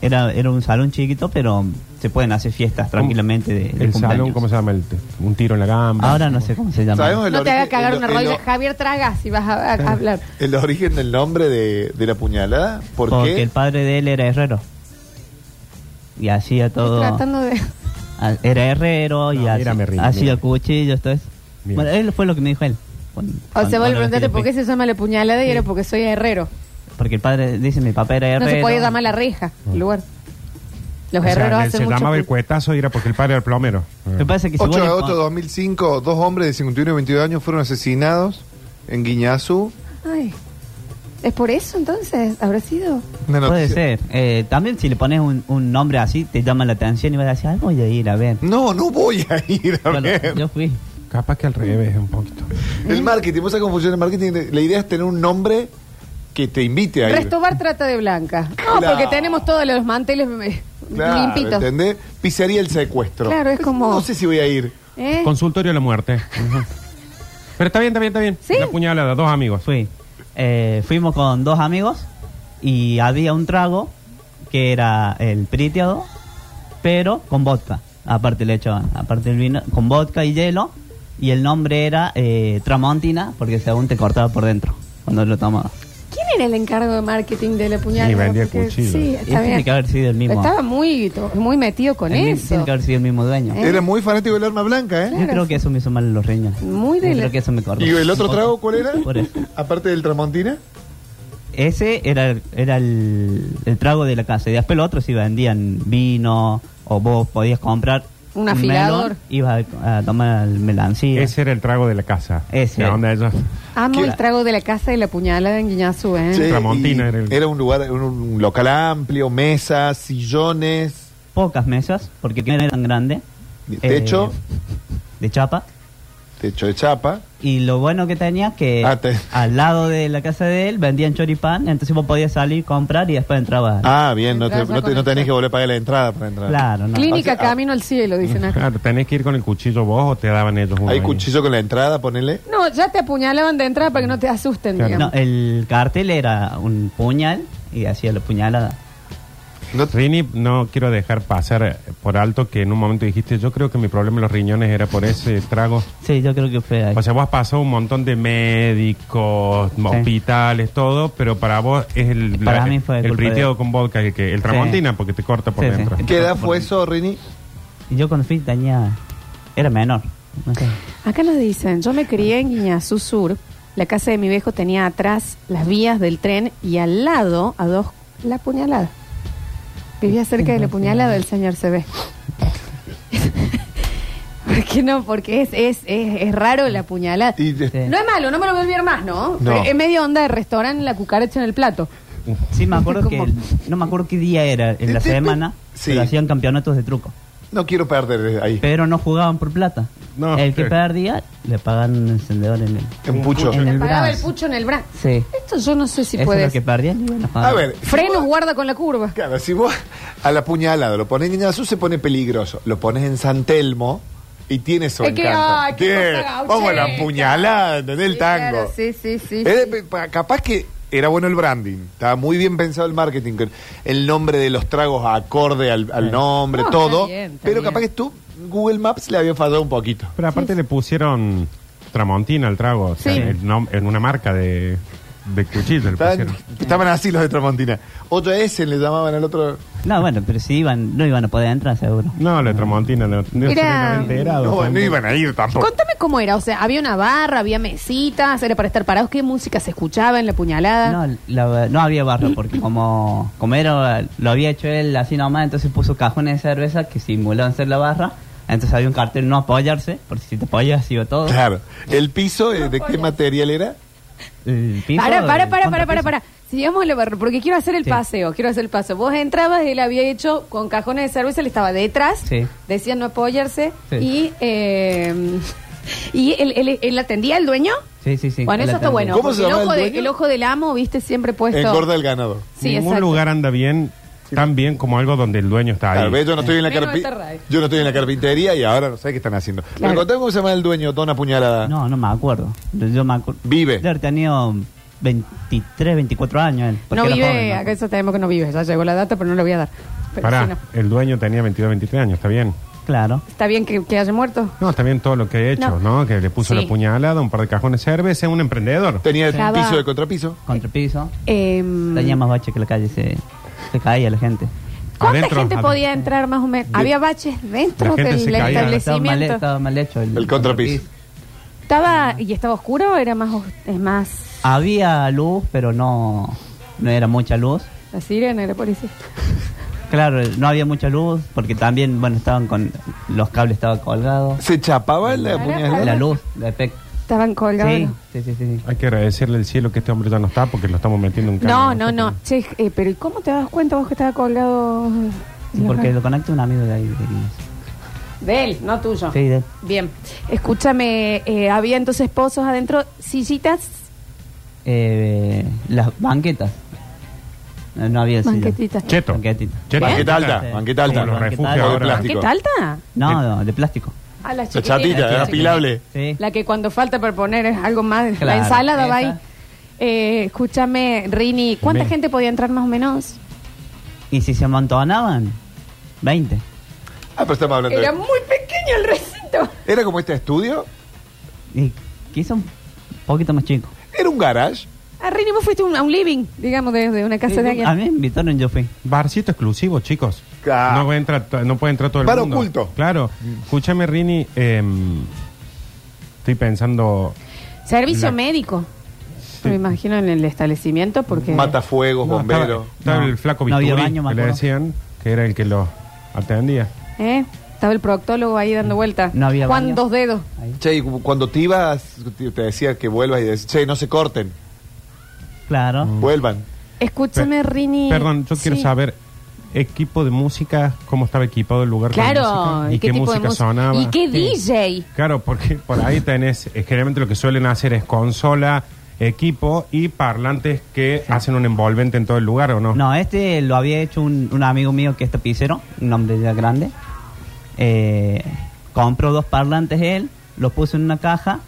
Speaker 9: era era un salón chiquito, pero se pueden hacer fiestas tranquilamente de, de
Speaker 3: El
Speaker 9: cumpleaños.
Speaker 3: salón, ¿cómo se llama? El, un tiro en la gamba.
Speaker 9: Ahora no sé cómo se llama.
Speaker 2: Sabemos el
Speaker 1: No te
Speaker 2: ori-
Speaker 1: hagas cagar
Speaker 2: el-
Speaker 1: una
Speaker 2: el-
Speaker 1: rodilla. Javier, traga si vas a- a hablar.
Speaker 2: El origen del nombre de, de la puñalada, ¿por
Speaker 9: porque
Speaker 2: qué?
Speaker 9: el padre de él era herrero. Y hacía todo...
Speaker 1: Estoy tratando de.
Speaker 9: Ah, Era herrero y
Speaker 3: No,
Speaker 9: así,
Speaker 3: mírame, Rini,
Speaker 9: así
Speaker 3: mírame.
Speaker 9: a cuchillos, todo eso.
Speaker 3: Bien.
Speaker 9: Bueno, él fue lo que me dijo él. Cuando-
Speaker 1: O sea,
Speaker 9: cuando-
Speaker 1: vos le
Speaker 9: cuando
Speaker 1: preguntaste
Speaker 9: fui.
Speaker 1: por qué se llama la puñalada y era porque soy herrero.
Speaker 9: Porque el padre, dice, mi papá era
Speaker 1: No
Speaker 9: herrero.
Speaker 1: se podía llamar la reja, el lugar. Los
Speaker 3: O sea,
Speaker 1: herreros
Speaker 3: le-
Speaker 1: hacen
Speaker 3: se
Speaker 1: mucho.
Speaker 3: llamaba el cuetazo y era porque el padre era el plomero.
Speaker 9: Me parece que si
Speaker 2: 8
Speaker 9: vos
Speaker 2: de
Speaker 9: le pon-
Speaker 2: agosto de 2005, dos hombres de 51 y 22 años fueron asesinados en Guiñazú.
Speaker 1: Ay. ¿Es por eso entonces? ¿Habrá sido?
Speaker 2: Una
Speaker 9: Puede
Speaker 2: noticia.
Speaker 9: ser. Eh, también si le pones un, un nombre así, te llama la atención y vas a decir, ah, voy a ir a ver.
Speaker 2: No, no voy a ir a
Speaker 9: Bueno,
Speaker 2: ver.
Speaker 9: yo fui.
Speaker 3: Ah, Capaz que al revés, un poquito.
Speaker 2: El marketing, ¿vos sabés cómo funciona el marketing? La idea es tener un nombre que te invite a ir.
Speaker 1: Restobar trata de blanca. No,
Speaker 2: Claro.
Speaker 1: porque tenemos todos los manteles eh,
Speaker 2: Claro,
Speaker 1: limpitos.
Speaker 2: ¿entendés? Pizzería el secuestro.
Speaker 1: Claro, es como-
Speaker 2: No sé si voy a ir.
Speaker 1: ¿Eh?
Speaker 3: Consultorio de la muerte. Ujú. Pero está bien, está bien, está bien.
Speaker 1: Sí.
Speaker 3: La puñalada, dos amigos.
Speaker 9: Fui. Eh, fuimos con dos amigos y había un trago que era el priteado, pero con vodka. Aparte le echaban, aparte el vino, con vodka y hielo. y el nombre era eh, Tramontina porque según te cortaba por dentro cuando lo tomabas.
Speaker 1: ¿Quién era el encargo de marketing de la puñalada?
Speaker 3: Y vendía
Speaker 1: Porque-
Speaker 3: cuchillos.
Speaker 1: Sí,
Speaker 9: Y
Speaker 1: está
Speaker 9: tiene
Speaker 1: bien.
Speaker 9: que haber sido el mismo.
Speaker 1: Estaba muy, to- muy metido con
Speaker 9: el mi-
Speaker 1: eso.
Speaker 9: Tiene que haber sido el mismo dueño.
Speaker 1: Eh,
Speaker 2: Era muy fanático del arma blanca, ¿eh?
Speaker 9: Yo creo que eso me hizo mal en los riñones.
Speaker 1: Muy de
Speaker 9: Yo
Speaker 1: la-
Speaker 9: creo que eso me cortó.
Speaker 2: ¿Y el otro
Speaker 9: Un poco.
Speaker 2: trago cuál era?
Speaker 9: Por eso.
Speaker 2: Aparte del Tramontina.
Speaker 9: Ese era, era el, el trago de la casa. Y después los otros si vendían vino o vos podías comprar
Speaker 1: Un afilador.
Speaker 9: melón, ibas a, a tomar el melancillo.
Speaker 3: Ese era el trago de la casa.
Speaker 9: Ese.
Speaker 3: La onda ellos.
Speaker 1: Amo
Speaker 2: ¿Qué?
Speaker 1: el trago de la casa de la puñalada en Guiñazú, ¿eh?
Speaker 2: Sí,
Speaker 3: Tramontina
Speaker 2: y
Speaker 3: era el-
Speaker 2: un lugar, un, un local amplio, mesas, sillones,
Speaker 9: Pocas mesas, porque no eran grandes.
Speaker 2: De techo.
Speaker 9: eh, de chapa.
Speaker 2: techo de chapa.
Speaker 9: Y lo bueno que tenía que
Speaker 2: Ah, te-
Speaker 9: al lado de la casa de él vendían choripán, entonces vos podías salir, comprar y después entrabas.
Speaker 2: Ah, bien, no, te,
Speaker 1: Entras ya
Speaker 2: no, te-
Speaker 1: con
Speaker 2: no
Speaker 1: el
Speaker 2: tenés
Speaker 1: chapa.
Speaker 2: que volver a pagar la entrada para entrar.
Speaker 9: Claro, no.
Speaker 1: Clínica
Speaker 2: Ah, sí, ah.
Speaker 1: Camino al Cielo, dicen
Speaker 9: *laughs*
Speaker 1: acá.
Speaker 3: Claro, Ah, tenés que ir con el cuchillo vos o te daban ellos uno.
Speaker 2: Hay
Speaker 3: ahí.
Speaker 2: cuchillo con la entrada, ponele.
Speaker 1: No, ya te apuñalaban de entrada para que no te asusten,
Speaker 3: Claro.
Speaker 9: No,
Speaker 1: digamos.
Speaker 9: el cartel era un puñal y hacía la puñalada.
Speaker 2: No-
Speaker 3: Rini, no quiero dejar pasar eh, por alto que en un momento dijiste, yo creo que mi problema en los riñones era por ese trago.
Speaker 9: Sí, yo creo que fue ahí.
Speaker 3: O sea, vos has pasado un montón de médicos, hospitales, todo, pero para vos es el,
Speaker 9: Para
Speaker 3: la-
Speaker 9: mí fue
Speaker 3: el
Speaker 9: culpa de-
Speaker 3: briteado con vodka, el, que, el tramontina, porque te corta por
Speaker 9: Sí, sí.
Speaker 3: dentro.
Speaker 2: ¿Qué edad fue eso, Rini?
Speaker 9: Y yo cuando fui tenía... Era menor. no sé.
Speaker 1: Acá nos dicen, yo me crié en Guiñazú Sur. La casa de mi viejo tenía atrás las vías del tren y al lado, a dos, la puñalada. Vivía cerca de la puñalada del señor CB. *laughs* ¿Por qué no? Porque es, es, es, es raro la puñalada.
Speaker 2: Y de-
Speaker 9: Sí.
Speaker 1: No es malo, no me lo voy a olvidar más, ¿no?
Speaker 2: No.
Speaker 1: Pero es medio onda de restaurante la cucaracha en el plato.
Speaker 9: Sí, me acuerdo que...
Speaker 1: ¿Cómo?
Speaker 9: No me acuerdo qué día era en la
Speaker 2: Sí.
Speaker 9: semana, pero hacían campeonatos de truco.
Speaker 2: No quiero perder ahí.
Speaker 9: Pero no jugaban por plata.
Speaker 3: No,
Speaker 9: el que
Speaker 3: sí.
Speaker 9: perdía, le pagaban un encendedor en el...
Speaker 2: En pucho.
Speaker 9: En
Speaker 1: Le
Speaker 9: el
Speaker 1: pagaba el
Speaker 9: brazo.
Speaker 1: pucho en el brazo.
Speaker 9: Sí.
Speaker 1: Esto yo no sé si
Speaker 9: Eso
Speaker 1: puede
Speaker 9: es lo que
Speaker 1: ser.
Speaker 9: perdía. le iban pagar.
Speaker 2: A ver. si
Speaker 1: Frenos
Speaker 2: vos-
Speaker 1: guarda con la curva.
Speaker 2: Claro, si vos a la puñalada lo pones en Iñazú se pone peligroso. Lo pones en San Telmo y tiene su
Speaker 1: Es que,
Speaker 2: encanto.
Speaker 1: ay, qué
Speaker 2: Tiene-
Speaker 1: cosa gauchesca.
Speaker 2: Vamos a la puñalada, ¿entendés? El
Speaker 1: Sí, claro,
Speaker 2: tango.
Speaker 1: sí, sí, sí,
Speaker 2: Eh,
Speaker 1: sí.
Speaker 2: pe- pa- capaz que era bueno el branding. Estaba muy bien pensado el marketing. con El nombre de los tragos acorde al, al nombre,
Speaker 1: No, está
Speaker 2: todo.
Speaker 1: bien, está
Speaker 2: pero
Speaker 1: bien.
Speaker 2: capaz que tú, Google Maps le había fallado un poquito.
Speaker 3: Pero aparte le pusieron tramontina al trago, o sea,
Speaker 1: Sí.
Speaker 3: el nom- en una marca de, de cuchillo le
Speaker 2: Estaban,
Speaker 3: pusieron.
Speaker 2: estaban así los de Tramontina. Otro S le llamaban al otro.
Speaker 9: No, bueno, pero si iban, no iban a poder entrar seguro.
Speaker 3: No, la tramontina, no, no
Speaker 1: Era-
Speaker 3: se habían enterado.
Speaker 2: No, no
Speaker 3: también.
Speaker 2: iban a ir tampoco.
Speaker 1: Contame cómo era, o sea, había una barra, había mesitas, era para estar parados, qué música se escuchaba en la puñalada.
Speaker 9: No, la- no había barra porque como, como era, lo había hecho él así nomás, entonces puso cajones de cerveza que simulaban ser la barra. Entonces había un cartel no apoyarse, porque si te apoyas iba todo.
Speaker 2: Claro. ¿El piso eh, de qué material era?
Speaker 9: El piso,
Speaker 1: para, para,
Speaker 9: el
Speaker 1: para, para, para,
Speaker 9: contrapiso.
Speaker 1: para. Sigamos la barra, porque quiero hacer el
Speaker 9: Sí.
Speaker 1: paseo, quiero hacer el paso. Vos entrabas, él había hecho con cajones de cerveza, él estaba detrás,
Speaker 9: Sí.
Speaker 1: decía no apoyarse
Speaker 9: Sí.
Speaker 1: y... eh, *laughs* ¿Y él, él- él atendía al dueño?
Speaker 9: Sí, sí, sí.
Speaker 1: bueno, eso está
Speaker 9: Atendía.
Speaker 1: bueno.
Speaker 2: ¿Cómo
Speaker 1: porque
Speaker 2: se llama
Speaker 1: el ojo,
Speaker 2: el
Speaker 1: de-
Speaker 2: dueño?
Speaker 1: el ojo del amo, viste, siempre puesto.
Speaker 2: Engorda el ganado.
Speaker 1: Sí,
Speaker 3: Ningún
Speaker 1: exacto.
Speaker 3: lugar anda bien tan bien como algo donde el dueño está ahí.
Speaker 2: Tal vez yo no estoy en la
Speaker 1: Menos
Speaker 2: carpi-
Speaker 1: esta radio.
Speaker 2: yo no estoy en la carpintería y ahora no sé qué están haciendo. Pero contame cómo se llama el dueño, Dona Puñalada.
Speaker 9: No, no me acuerdo. Yo, yo me acuerdo.
Speaker 2: Vive.
Speaker 9: Debe haber tenido 23, 24 años él. porque
Speaker 1: No
Speaker 9: era
Speaker 1: vive,
Speaker 9: joven, ¿no?
Speaker 1: acá eso tenemos que no vive, ya llegó la data, pero no la voy a dar. Pero
Speaker 3: Pará,
Speaker 1: sí, no.
Speaker 3: el dueño tenía 22, 23 años, está bien.
Speaker 9: Claro.
Speaker 1: ¿Está bien que, que haya muerto?
Speaker 3: No, está bien todo lo que he hecho, ¿no?
Speaker 1: No.
Speaker 3: Que le puso
Speaker 1: Sí.
Speaker 3: la puñalada, un par de cajones de cerveza, un emprendedor.
Speaker 2: Tenía el
Speaker 1: Estaba-
Speaker 2: piso de contrapiso.
Speaker 9: Contrapiso.
Speaker 1: Em,
Speaker 9: Tenía más bache que la calle, se, se caía la gente.
Speaker 1: ¿Cuánta
Speaker 3: Adentro,
Speaker 1: gente
Speaker 3: adentro.
Speaker 1: podía entrar más o menos? Había baches dentro
Speaker 3: La gente
Speaker 1: del
Speaker 3: se caía.
Speaker 9: Estaba mal,
Speaker 1: establecimiento.
Speaker 9: estaba mal hecho el,
Speaker 2: El contrapiso.
Speaker 1: Estaba y estaba oscuro, o era más os- es más
Speaker 9: Había luz, pero no, no era mucha luz.
Speaker 1: la sirena era policía.
Speaker 9: Claro, no había mucha luz porque también, bueno, estaban con los cables estaban colgados.
Speaker 2: ¿Se chapaba la
Speaker 1: Pará,
Speaker 2: puñalada?
Speaker 9: La luz, la efecto.
Speaker 1: Estaban colgados.
Speaker 9: Sí, sí, sí, sí.
Speaker 3: Hay que agradecerle al cielo que este hombre ya no está porque lo estamos metiendo en
Speaker 1: No,
Speaker 3: cana.
Speaker 1: no, no. Che, eh, pero ¿y cómo te das cuenta vos que estaba colgado?
Speaker 9: Sí, Porque lo conecta un amigo de ahí. de ahí.
Speaker 1: De él, no tuyo.
Speaker 9: Sí, de-
Speaker 1: Bien. Escúchame, eh, había entonces pozos adentro, sillitas,
Speaker 9: eh, las banquetas. No, no había silla.
Speaker 1: banquetitas.
Speaker 3: Cheto.
Speaker 9: Banquetita.
Speaker 3: Cheto.
Speaker 2: Banqueta alta,
Speaker 9: Sí.
Speaker 2: banqueta alta.
Speaker 3: Como los
Speaker 9: Banqueta
Speaker 3: refugios
Speaker 9: alta.
Speaker 2: de
Speaker 3: ahora.
Speaker 2: plástico.
Speaker 1: ¿Qué alta?
Speaker 9: No, no, de plástico.
Speaker 1: A las
Speaker 2: La
Speaker 1: chiquititas.
Speaker 2: chatita, era
Speaker 9: chiquititas.
Speaker 2: apilable.
Speaker 9: Sí.
Speaker 1: La que cuando falta para poner es algo más. la
Speaker 9: Claro,
Speaker 1: ensalada va ahí.
Speaker 9: esa.
Speaker 1: Eh, escúchame, Rini, ¿cuánta
Speaker 3: Bien.
Speaker 1: gente podía entrar más o menos?
Speaker 9: Y si se amontonaban, 20.
Speaker 2: Ah, pero estamos hablando
Speaker 1: Era
Speaker 2: de...
Speaker 1: muy pequeño el recinto.
Speaker 2: ¿Era como este estudio?
Speaker 9: Y quizá un poquito más chico.
Speaker 2: Era un garage.
Speaker 1: Ah, Rini, vos fuiste un- a un living, digamos, de, de una casa de alguien.
Speaker 9: A mí me invitaron, yo fui.
Speaker 3: Barcito exclusivo, chicos.
Speaker 2: Claro.
Speaker 3: No, entra, to- no puede entrar todo el
Speaker 2: Ah. Bar
Speaker 3: mundo.
Speaker 2: oculto.
Speaker 3: Claro. Escúchame, Rini. em, estoy pensando.
Speaker 1: Servicio
Speaker 3: La-
Speaker 1: médico. Me imagino en el establecimiento porque...
Speaker 2: Matafuegos,
Speaker 3: No, estaba-
Speaker 2: bomberos.
Speaker 3: estaba
Speaker 9: No.
Speaker 3: el flaco
Speaker 9: No
Speaker 3: Bisturí,
Speaker 9: había baño, me
Speaker 3: que le
Speaker 9: acuerdo.
Speaker 3: decían que era el que los atendía.
Speaker 1: ¿Eh? Estaba el proctólogo ahí dando vuelta.
Speaker 9: No había
Speaker 1: Juan
Speaker 9: baño.
Speaker 1: dos dedos.
Speaker 2: Che, y cu- cuando te ibas, te te decía que vuelvas y decías, che, no se corten,
Speaker 9: Claro.
Speaker 3: Mm.
Speaker 2: vuelvan.
Speaker 1: Escúchame,
Speaker 3: Pe-
Speaker 1: Rini.
Speaker 3: Perdón, yo quiero
Speaker 1: Sí.
Speaker 3: saber equipo de música, cómo estaba equipado el lugar. con
Speaker 1: Claro,
Speaker 3: música, y, qué,
Speaker 1: tipo de
Speaker 3: música
Speaker 1: música?
Speaker 3: sonaba.
Speaker 1: ¿Y qué
Speaker 3: Sí.
Speaker 1: DJ?
Speaker 3: Claro, porque por ahí tenés, eh, generalmente lo que suelen hacer es consola, equipo y parlantes que hacen un envolvente en todo el lugar, ¿o no?
Speaker 9: No, este lo había hecho un, un amigo mío que es tapicero, un hombre ya grande. Eh, compró dos parlantes él, los puso en una caja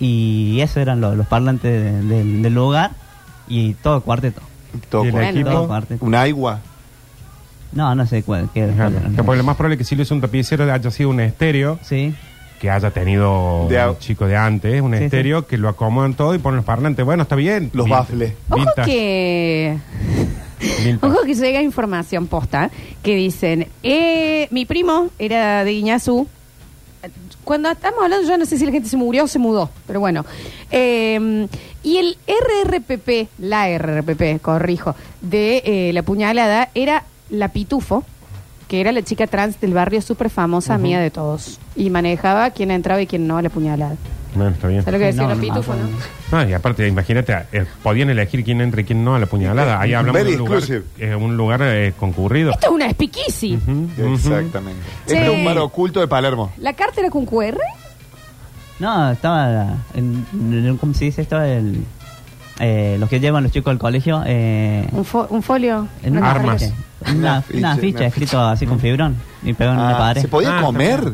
Speaker 9: y esos eran los, los parlantes de- del- del lugar y todo cuarteto.
Speaker 2: Todo
Speaker 3: ¿Y el
Speaker 2: cual.
Speaker 1: Bueno,
Speaker 9: Todo
Speaker 3: equipo?
Speaker 9: cuarteto.
Speaker 2: Un agua.
Speaker 9: No, no sé cuál. qué-
Speaker 3: Claro,
Speaker 9: cuál era.
Speaker 3: que por lo más probable que si lo hizo un tapicero haya sido un estéreo
Speaker 9: Sí,
Speaker 3: que haya tenido
Speaker 2: De au-
Speaker 3: un chico de antes, un
Speaker 9: Sí,
Speaker 3: estéreo que lo acomodan todo y ponen los parlantes. Bueno, está bien.
Speaker 2: Los
Speaker 3: Vin-
Speaker 2: bafles.
Speaker 1: Ojo
Speaker 3: vintage,
Speaker 1: que...
Speaker 3: vintage.
Speaker 1: Ojo que llega información posta que dicen, eh, mi primo era de Guiñazú. Cuando estamos hablando, yo no sé si la gente se murió o se mudó, pero bueno. Eh, y el RRPP, la RRPP, corrijo, de eh, La Puñalada era La Pitufo, que era la chica trans del barrio súper famosa, mía de todos. Y manejaba quién entraba y quién no a La Puñalada.
Speaker 3: Bueno, está bien.
Speaker 1: ¿Sabes lo que decía
Speaker 9: No,
Speaker 1: La
Speaker 9: no me
Speaker 1: Pitufo, no?
Speaker 9: acuerdo.
Speaker 3: No, y aparte, imagínate, eh, podían elegir quién entra y quién no a la puñalada. Ahí hablamos
Speaker 2: Very
Speaker 3: de un lugar,
Speaker 2: exclusive.
Speaker 3: eh, un lugar eh, concurrido.
Speaker 1: Esto es una espiquisi.
Speaker 3: Ujú, ujú.
Speaker 2: Exactamente.
Speaker 1: Sí.
Speaker 2: Este es un bar oculto de Palermo.
Speaker 1: ¿La carta era con QR?
Speaker 9: no, estaba. En, en- ¿Cómo se dice? Estaba el. eh, los que llevan los chicos al colegio. Eh,
Speaker 1: ¿Un, fo- un folio?
Speaker 9: en
Speaker 1: ¿Una
Speaker 9: una
Speaker 3: Armas.
Speaker 9: ficha. Una, una ficha escrito así con fibrón y pegado en
Speaker 2: Ah,
Speaker 9: una pared.
Speaker 2: ¿Se podía
Speaker 3: Ah,
Speaker 2: comer?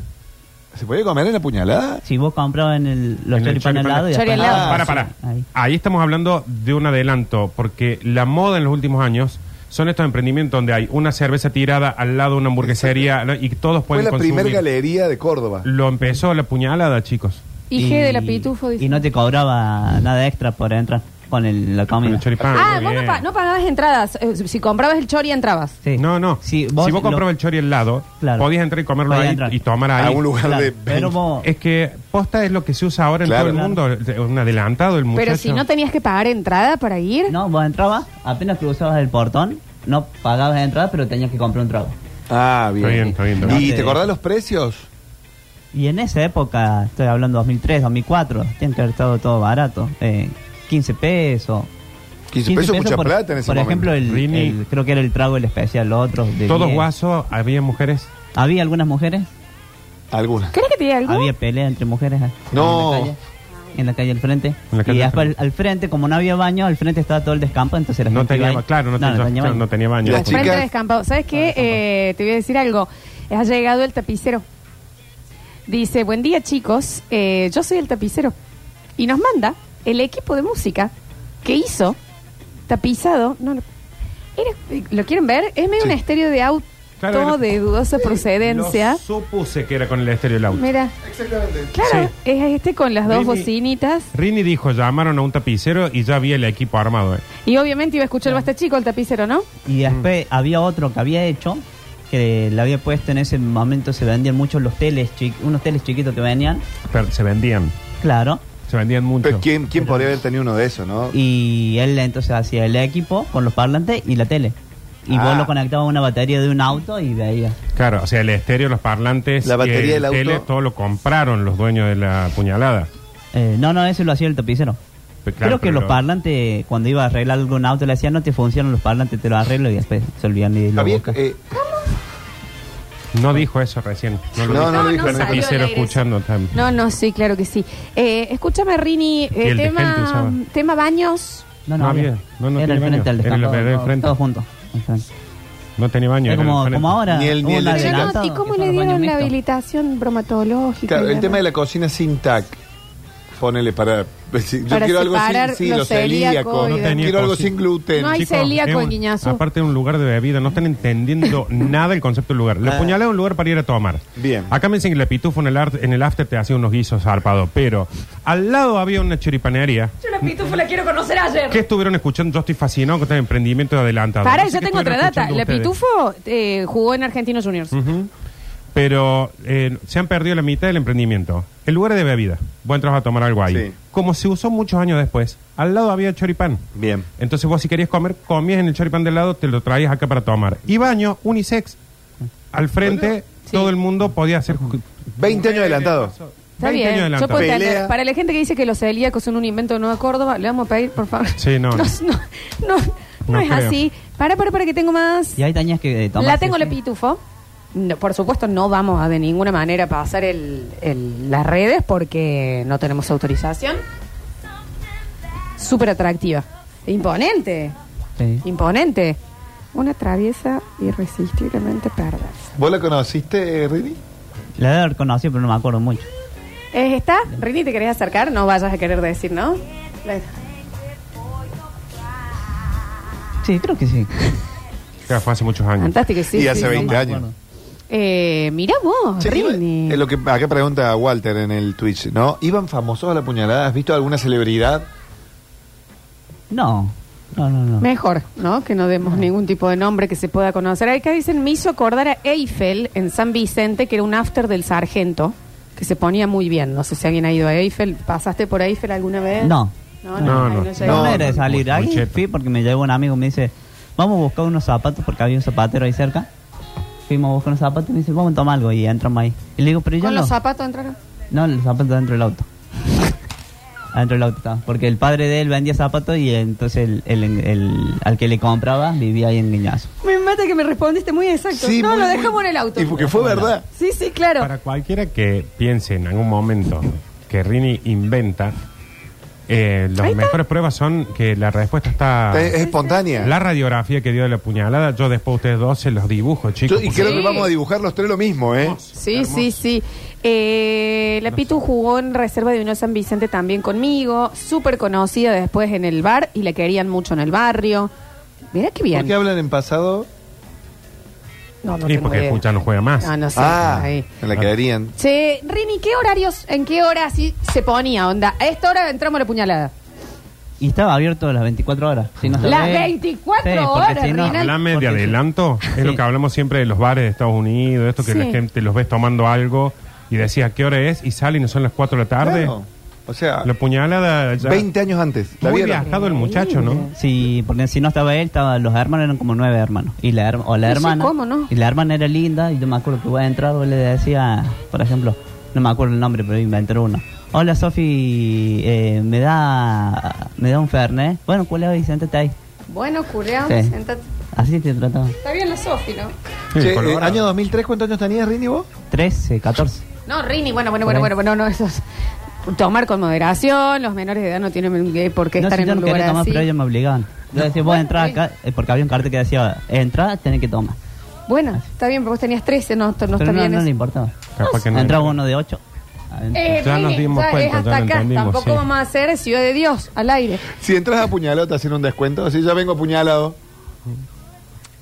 Speaker 2: ¿Se podía comer en la puñalada?
Speaker 9: Si vos comprabas en el, los
Speaker 3: En el
Speaker 9: choripan al lado y
Speaker 1: choripán.
Speaker 9: después-
Speaker 1: Chori al
Speaker 2: lado.
Speaker 3: Para,
Speaker 9: Ah, sí,
Speaker 3: para. Ahí.
Speaker 9: ahí.
Speaker 3: estamos hablando de un adelanto, porque la moda en los últimos años son estos emprendimientos donde hay una cerveza tirada al lado de una hamburguesería ¿no? y todos
Speaker 2: Fue
Speaker 3: pueden
Speaker 2: la
Speaker 3: consumir.
Speaker 2: primera galería de Córdoba.
Speaker 3: Lo empezó la puñalada, chicos.
Speaker 1: Y G de la Pitufo dice.
Speaker 9: Y no te cobraba nada extra por entrar con el, la
Speaker 3: Con
Speaker 9: comida.
Speaker 3: el choripán.
Speaker 1: Ah,
Speaker 3: Muy
Speaker 1: vos no,
Speaker 3: bien.
Speaker 1: pa- no pagabas entradas. Eh, si- si comprabas el chori, entrabas.
Speaker 9: Sí.
Speaker 3: No, no.
Speaker 9: Si vos,
Speaker 3: si vos
Speaker 9: lo-
Speaker 3: comprabas el chori al lado,
Speaker 9: Claro.
Speaker 3: podías entrar y comerlo
Speaker 9: Podías
Speaker 3: ahí
Speaker 9: entrar.
Speaker 3: y tomar ahí.
Speaker 2: A un lugar
Speaker 9: Claro,
Speaker 2: de
Speaker 9: pero vos-
Speaker 3: Es que posta es lo que se usa ahora en
Speaker 2: Claro.
Speaker 3: todo el mundo, el- un adelantado el muchacho.
Speaker 1: Pero si no tenías que pagar entrada para ir.
Speaker 9: No, vos entrabas, apenas cruzabas el portón, no pagabas entrada, pero tenías que comprar un trago.
Speaker 2: Ah, bien.
Speaker 3: Está bien, está bien, está bien.
Speaker 2: ¿Y
Speaker 9: No te-
Speaker 2: te acordás los precios?
Speaker 9: Y en esa época, estoy hablando 2003, 2004, tiene que haber estado todo barato. Eh, 15 pesos.
Speaker 2: 15 pesos es mucha
Speaker 9: por,
Speaker 2: plata en ese
Speaker 9: Por
Speaker 2: momento.
Speaker 9: ejemplo, el,
Speaker 3: Rini.
Speaker 9: el- creo que era el trago, el especial, los otros. de
Speaker 3: Todos
Speaker 9: 10.
Speaker 3: guasos, había mujeres.
Speaker 9: Había algunas mujeres,
Speaker 2: Algunas.
Speaker 1: ¿Crees que te diga algo?
Speaker 9: había pelea entre mujeres. eh,
Speaker 2: No.
Speaker 9: En la calle, en la calle al frente.
Speaker 3: En la calle
Speaker 9: y
Speaker 3: al
Speaker 9: después al
Speaker 3: frente.
Speaker 9: frente. como no había baño, al frente estaba todo el descampo, entonces la
Speaker 3: No
Speaker 9: gente iba
Speaker 3: tenía,
Speaker 9: ahí.
Speaker 3: claro, no, tenía,
Speaker 9: tenía
Speaker 3: claro,
Speaker 9: baño.
Speaker 3: no tenía baño.
Speaker 2: Las
Speaker 1: Al frente
Speaker 2: chicas-
Speaker 1: descampado. ¿Sabes qué? Eh, te voy a decir algo. Ha llegado el tapicero. Dice, buen día chicos, Eh, yo soy el tapicero. Y nos manda el equipo de música que hizo tapizado. No, no. Era- eh, ¿Lo quieren ver? Es medio
Speaker 2: Sí.
Speaker 1: un estéreo de auto
Speaker 3: Claro, era-
Speaker 1: de
Speaker 3: *laughs*
Speaker 1: dudosa procedencia.
Speaker 3: Lo supuse que era con el estéreo del auto.
Speaker 1: Mira. Exactamente. Claro, es este con las dos
Speaker 3: Rini.
Speaker 1: bocinitas.
Speaker 3: Rini dijo, llamaron a un tapicero y ya había el equipo armado. eh.
Speaker 1: Y obviamente iba a escuchar basta chico el tapicero, ¿no?
Speaker 3: Mm.
Speaker 9: Y después había otro que había hecho, que le había puesto en ese momento, se vendían muchos los teles, chi- unos teles chiquitos que venían,
Speaker 3: Pero se vendían,
Speaker 9: claro.
Speaker 3: se vendían mucho.
Speaker 2: Pero ¿quién, quién podría haber tenido uno de esos, no?
Speaker 9: Y él entonces hacía el equipo con los parlantes y la tele. Y
Speaker 2: Ah.
Speaker 9: vos lo conectabas a una batería de un auto y veías.
Speaker 3: Claro, o sea, el estéreo, los parlantes,
Speaker 2: La
Speaker 3: y
Speaker 2: batería
Speaker 3: el
Speaker 2: del auto.
Speaker 3: tele, todo lo compraron los dueños de la puñalada.
Speaker 9: Eh, no, no, eso lo hacía el tapicero.
Speaker 3: Pero claro,
Speaker 9: Creo que
Speaker 3: pero
Speaker 9: los
Speaker 3: lo-
Speaker 9: parlantes, cuando iba a arreglar algún auto, le decían, no te funcionan los parlantes, te los arreglo y después se olvidan de lo
Speaker 2: Había-
Speaker 9: buscan.
Speaker 2: eh,
Speaker 3: No dijo eso recién. No, lo
Speaker 2: No,
Speaker 3: dijo.
Speaker 2: no lo dijo,
Speaker 3: Fue el
Speaker 2: no.
Speaker 3: tapicero
Speaker 1: Salió al aire.
Speaker 3: escuchando también.
Speaker 1: No, no, sí, claro que sí. Eh, escúchame, Rini, eh,
Speaker 3: Y el de gente usaba.
Speaker 1: tema, tema baños.
Speaker 9: No, no,
Speaker 3: no
Speaker 9: había.
Speaker 3: había. Ah, No, no
Speaker 9: era
Speaker 3: tiene
Speaker 9: el
Speaker 3: baño.
Speaker 9: frente al
Speaker 3: Era el-
Speaker 9: descampado,
Speaker 3: era el
Speaker 9: todo-
Speaker 3: frente.
Speaker 9: todos juntos. al frente.
Speaker 3: No tenía baño.
Speaker 9: Era
Speaker 3: era
Speaker 9: como,
Speaker 3: el frente.
Speaker 9: como ahora.
Speaker 2: Ni el- ni
Speaker 9: hubo
Speaker 2: el
Speaker 9: un
Speaker 2: de-
Speaker 1: Pero no,
Speaker 9: adelanto,
Speaker 1: ¿y cómo le
Speaker 9: que son los baños
Speaker 1: dieron la
Speaker 9: mixtos.
Speaker 1: habilitación bromatológica?
Speaker 2: claro,
Speaker 1: y
Speaker 2: el
Speaker 1: demás?
Speaker 2: tema de la cocina sin tac. Ponele para. *laughs* si- Yo
Speaker 1: Para
Speaker 2: quiero algo
Speaker 1: separar
Speaker 2: sin, sí,
Speaker 1: los
Speaker 2: lo celíaco.
Speaker 1: celíacos y
Speaker 2: no
Speaker 1: demás.
Speaker 2: quiero algo sin gluten.
Speaker 1: No hay
Speaker 3: Chicos,
Speaker 1: celíaco
Speaker 3: es un-
Speaker 1: en Guiñazú.
Speaker 3: Aparte de un lugar de bebida, no están
Speaker 2: *laughs*
Speaker 3: entendiendo nada el concepto del lugar. La puñalada es un lugar para ir a tomar.
Speaker 2: Ah. Bien.
Speaker 3: Acá me dicen que la pitufo en el, art- en el after te hacía unos guisos zarpados, pero al lado había una choripanería.
Speaker 1: Yo la pitufa la quiero conocer ayer.
Speaker 3: ¿Qué estuvieron escuchando? Yo estoy fascinado con este emprendimiento de adelantado.
Speaker 1: Para,
Speaker 3: No sé
Speaker 1: yo
Speaker 3: qué
Speaker 1: tengo otra
Speaker 3: estuvieron
Speaker 1: data.
Speaker 3: escuchando
Speaker 1: La
Speaker 3: ustedes.
Speaker 1: pitufo eh, jugó en Argentinos Juniors.
Speaker 3: Ujú. Pero eh, se han perdido la mitad del emprendimiento. El lugar es de bebida. Vos entras a tomar algo ahí.
Speaker 2: Sí.
Speaker 3: Como se usó muchos años después, al lado había choripán.
Speaker 2: Bien.
Speaker 3: Entonces vos si querías comer, comías en el choripán del lado, te lo traías acá para tomar. Y baño, unisex. Al frente, todo el mundo podía hacer...
Speaker 2: 20 años adelantado.
Speaker 3: 20
Speaker 1: Está
Speaker 3: años
Speaker 1: bien. Yo
Speaker 3: adelantado.
Speaker 1: puedo
Speaker 2: Pelea.
Speaker 1: entender. Para la gente que dice que los celíacos son un invento de Nueva Córdoba, le vamos a pedir, por favor.
Speaker 3: Sí, no.
Speaker 1: *laughs* No, no, no, no
Speaker 3: No
Speaker 1: es
Speaker 3: creo.
Speaker 1: así. Para, para, para que tengo más.
Speaker 9: Y hay dañas que eh, tomar.
Speaker 1: La tengo
Speaker 9: sí,
Speaker 1: la
Speaker 9: sí.
Speaker 1: pitufo. No, por supuesto, no vamos a de ninguna manera pasar el, el- las redes porque no tenemos autorización. Súper atractiva. Imponente.
Speaker 9: Sí.
Speaker 1: Imponente. Una traviesa irresistiblemente perversa.
Speaker 2: ¿Vos la conociste, Rini?
Speaker 9: La he reconocido, pero no me acuerdo mucho.
Speaker 1: ¿Es esta? Rini, ¿te querés acercar? No vayas a querer decir, ¿no? La-
Speaker 9: Sí, creo que sí.
Speaker 3: Ya, fue hace muchos años.
Speaker 1: Fantástica, sí.
Speaker 2: y hace
Speaker 1: sí, sí.
Speaker 2: 20
Speaker 9: No me
Speaker 2: años.
Speaker 9: acuerdo.
Speaker 1: Eh, mirá vos,
Speaker 2: Che, iba-
Speaker 1: Rini.
Speaker 2: es lo que acá pregunta Walter en el Twitch, ¿no? ¿Iban famosos a la puñalada? ¿Has visto alguna celebridad?
Speaker 9: No, no, no. no.
Speaker 1: Mejor, ¿no? Que no demos ningún tipo de nombre que se pueda conocer. Acá dicen, me hizo acordar a Eiffel en San Vicente, que era un after del sargento, que se ponía muy bien. No sé si alguien ha ido a Eiffel. ¿Pasaste por Eiffel alguna vez?
Speaker 9: No.
Speaker 1: No,
Speaker 3: No, no.
Speaker 1: no, no.
Speaker 9: No, no,
Speaker 2: No,
Speaker 9: era de
Speaker 3: no,
Speaker 9: salir.
Speaker 3: muy- muy
Speaker 9: Ahí
Speaker 3: cheto.
Speaker 9: fui porque me llegó un amigo y me dice, vamos a buscar unos zapatos porque había un zapatero ahí cerca. Fuimos a buscar unos zapatos y me dice, vamos a tomar algo y entramos ahí. Y le digo, pero yo
Speaker 1: ¿Con
Speaker 9: no.
Speaker 1: los zapatos entraron?
Speaker 9: no, los zapatos dentro del auto. *laughs* Adentro del auto estaba. Porque el padre de él vendía zapatos y entonces el, el- el- al que le compraba vivía ahí en Guiñazo.
Speaker 1: Me mata que me respondiste muy exacto. no,
Speaker 2: muy-
Speaker 1: lo
Speaker 2: muy-
Speaker 1: dejamos en el auto.
Speaker 2: Y porque fue verdad.
Speaker 1: Sí, sí, claro.
Speaker 3: Para cualquiera que piense en algún momento que Rini inventa, eh, las
Speaker 1: Ahí está.
Speaker 3: mejores pruebas son que la respuesta está...
Speaker 2: Es, es espontánea.
Speaker 3: La radiografía que dio de la puñalada, yo después ustedes dos se los dibujo,
Speaker 2: Yo-
Speaker 3: chicos.
Speaker 2: y
Speaker 3: porque-
Speaker 2: creo
Speaker 1: Sí.
Speaker 2: que vamos a dibujar los tres lo mismo, ¿eh?
Speaker 1: Sí, sí, sí. Eh, la Pitu jugó en Reserva de Vino San Vicente también conmigo, súper conocida después en el bar y la querían mucho en el barrio. Mira qué
Speaker 2: ¿Por
Speaker 1: bien.
Speaker 2: qué hablan en pasado?
Speaker 1: No, no
Speaker 3: Sí,
Speaker 1: tengo
Speaker 3: porque
Speaker 1: idea.
Speaker 3: escucha no juega más.
Speaker 1: Ah, no sé.
Speaker 2: ah,
Speaker 1: ahí.
Speaker 2: en la quedarían.
Speaker 1: Che, Rini, ¿qué horarios, en qué hora sí se ponía onda? A esta hora entramos a la puñalada.
Speaker 9: Y estaba abierto las 24 horas. Si no
Speaker 1: Las
Speaker 9: sabés-
Speaker 1: 24
Speaker 9: porque
Speaker 1: horas, Rinaldi.
Speaker 3: Hablame de
Speaker 9: porque si-
Speaker 3: adelanto, es lo
Speaker 9: Sí.
Speaker 3: que hablamos siempre de los bares de Estados Unidos, esto que
Speaker 1: Sí.
Speaker 3: la gente los ves tomando algo y decís a qué hora es y salen y no son las 4 de la tarde.
Speaker 2: Claro. O sea,
Speaker 3: La puñalada ya-
Speaker 2: 20 años antes. ¿La
Speaker 3: Muy
Speaker 2: vieron?
Speaker 3: viajado el muchacho, ¿no?
Speaker 9: Sí, porque si no estaba él, estaba, los hermanos eran como nueve hermanos. Y la, her- o la
Speaker 1: No sé
Speaker 9: hermana.
Speaker 1: cómo, ¿no?
Speaker 9: Y la hermana era linda, y yo me acuerdo que voy a entrar, vos le decía, por ejemplo, no me acuerdo el nombre, pero inventé uno. Hola Sofi, eh, me da me da un fernet. Bueno, ¿cuál es? Siéntate ahí.
Speaker 1: Bueno, curreamos,
Speaker 9: Sí. Así te trataba.
Speaker 1: Está bien la Sofi, ¿no?
Speaker 3: Sí,
Speaker 2: Che, eh,
Speaker 3: Colorado.
Speaker 2: año 2003, ¿cuántos años tenías, Rini, vos?
Speaker 9: 13, 14.
Speaker 1: No, Rini, bueno, bueno, bueno,
Speaker 9: Por ahí.
Speaker 1: bueno, bueno, no, eso es- Tomar con moderación, los menores de edad no tienen eh, por qué
Speaker 9: no
Speaker 1: estar
Speaker 9: sé,
Speaker 1: en
Speaker 9: yo
Speaker 1: un
Speaker 9: no
Speaker 1: lugar
Speaker 9: quería tomar,
Speaker 1: así.
Speaker 9: pero ellos me obligaban. Yo decía, vos entrá acá, eh, porque había un cartel que decía, entra, tenés que tomar.
Speaker 1: Bueno, está bien, pero vos tenías 13, no, no
Speaker 9: pero
Speaker 1: está
Speaker 9: no,
Speaker 1: bien.
Speaker 9: no
Speaker 1: eso.
Speaker 9: le importaba.
Speaker 3: Capaz que no.
Speaker 9: Entraba uno de 8.
Speaker 1: Eh,
Speaker 3: Ya nos
Speaker 1: Rini,
Speaker 3: dimos
Speaker 1: ya
Speaker 3: cuenta,
Speaker 1: es
Speaker 3: ya
Speaker 1: hasta
Speaker 3: lo
Speaker 1: acá.
Speaker 3: entendimos,
Speaker 1: Tampoco
Speaker 3: sí.
Speaker 1: vamos a hacer Ciudad de Dios al aire.
Speaker 2: Si entras a puñalado, te hacen un descuento. Así ya vengo apuñalado.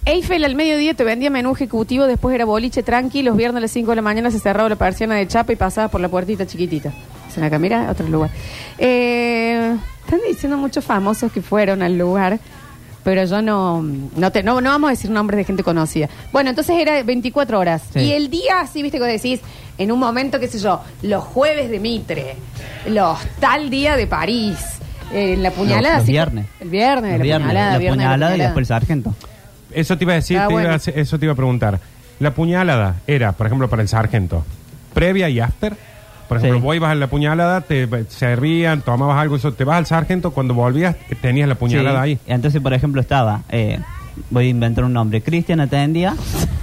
Speaker 1: Eiffel al mediodía te vendía menú ejecutivo, después era boliche tranqui, los viernes a las 5 de la mañana se cerraba la persiana de chapa y pasabas por la puertita chiquitita. Se la mira, otro lugar. Eh, están diciendo muchos famosos que fueron al lugar, pero yo no no, te, no no vamos a decir nombres de gente conocida. Bueno, entonces era 24 horas.
Speaker 9: Sí.
Speaker 1: Y el día, así viste que decís, en un momento, qué sé yo, los jueves de Mitre, los tal día de París, eh, la puñalada.
Speaker 9: los
Speaker 1: así-
Speaker 9: viernes.
Speaker 1: El viernes, de la puñalada.
Speaker 9: la
Speaker 1: viernes de la
Speaker 9: puñalada y
Speaker 1: puñalada.
Speaker 9: después el sargento.
Speaker 3: Eso te iba a decir,
Speaker 9: Ah,
Speaker 1: Está
Speaker 3: te iba a
Speaker 1: bueno.
Speaker 3: hacer- eso te iba a preguntar. La puñalada era, por ejemplo, para el sargento, previa y after. Por ejemplo,
Speaker 9: Sí.
Speaker 3: vos ibas a la puñalada, te servían, tomabas algo, eso, te vas al sargento, cuando volvías eh, tenías la puñalada
Speaker 9: Sí.
Speaker 3: ahí.
Speaker 9: Entonces, por ejemplo, estaba, eh, voy a inventar un nombre, Cristian atendía,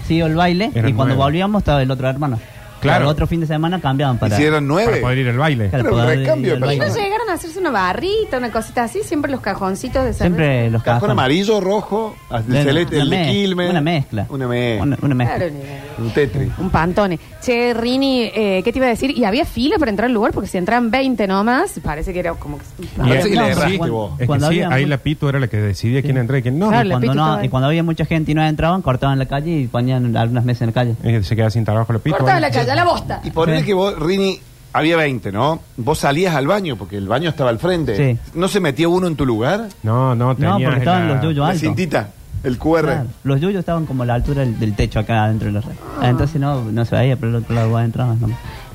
Speaker 9: siguió el baile
Speaker 3: Era
Speaker 9: y cuando
Speaker 3: nuevo.
Speaker 9: volvíamos estaba el otro hermano.
Speaker 3: Claro.
Speaker 9: otro fin de semana cambiaban para.
Speaker 2: Hicieron nueve.
Speaker 3: Para poder ir al baile.
Speaker 9: Claro,
Speaker 2: Era un
Speaker 9: para-
Speaker 2: recambio de
Speaker 9: para-
Speaker 1: ¿Y no
Speaker 2: personas.
Speaker 1: llegaron a hacerse una barrita, una cosita así? Siempre los cajoncitos de cerveza.
Speaker 9: Siempre los
Speaker 2: Cajón
Speaker 9: cajones.
Speaker 2: amarillo, rojo, el
Speaker 9: Una-
Speaker 2: celeste,
Speaker 9: una
Speaker 2: el de
Speaker 9: mez-
Speaker 2: Quilmes.
Speaker 9: Una mezcla.
Speaker 2: Una mezcla.
Speaker 9: Una, una mezcla.
Speaker 1: Claro, ni-
Speaker 2: Un tetri.
Speaker 1: un pantone. Che, Rini, eh, ¿qué te iba a decir? ¿Y había fila para entrar al lugar? Porque si entran 20 nomás, parece que era como que...
Speaker 2: Y Parece que le
Speaker 9: No,
Speaker 2: erraste
Speaker 9: cuando-
Speaker 2: vos.
Speaker 3: Es que
Speaker 9: cuando
Speaker 3: sí,
Speaker 9: había
Speaker 3: ahí
Speaker 9: mu-
Speaker 3: la pito era la que decidía quién entraba y quién no.
Speaker 1: Claro,
Speaker 9: y
Speaker 1: la
Speaker 9: cuando,
Speaker 1: pito
Speaker 9: no,
Speaker 1: estaba-
Speaker 9: y cuando había mucha gente y no entraban, cortaban la calle y ponían algunas mesas en la calle.
Speaker 3: Y se quedaba sin trabajo la pito.
Speaker 1: Cortaba
Speaker 3: bueno.
Speaker 1: la calle, a la bosta.
Speaker 2: Y ponele
Speaker 9: Sí.
Speaker 2: que vos, Rini, había 20, ¿no? Vos salías al baño porque el baño estaba al frente.
Speaker 9: Sí.
Speaker 2: ¿No se metía uno en tu lugar?
Speaker 3: No, no, tenía.
Speaker 9: No, porque estaban los
Speaker 2: La
Speaker 9: yuyos altos.
Speaker 2: cintita, el QR.
Speaker 9: Claro, los yuyos estaban como a la altura del, del techo acá dentro de la red.
Speaker 2: Ah.
Speaker 9: Entonces no, no se veía, pero el otro lado vos entrabas. ¿no?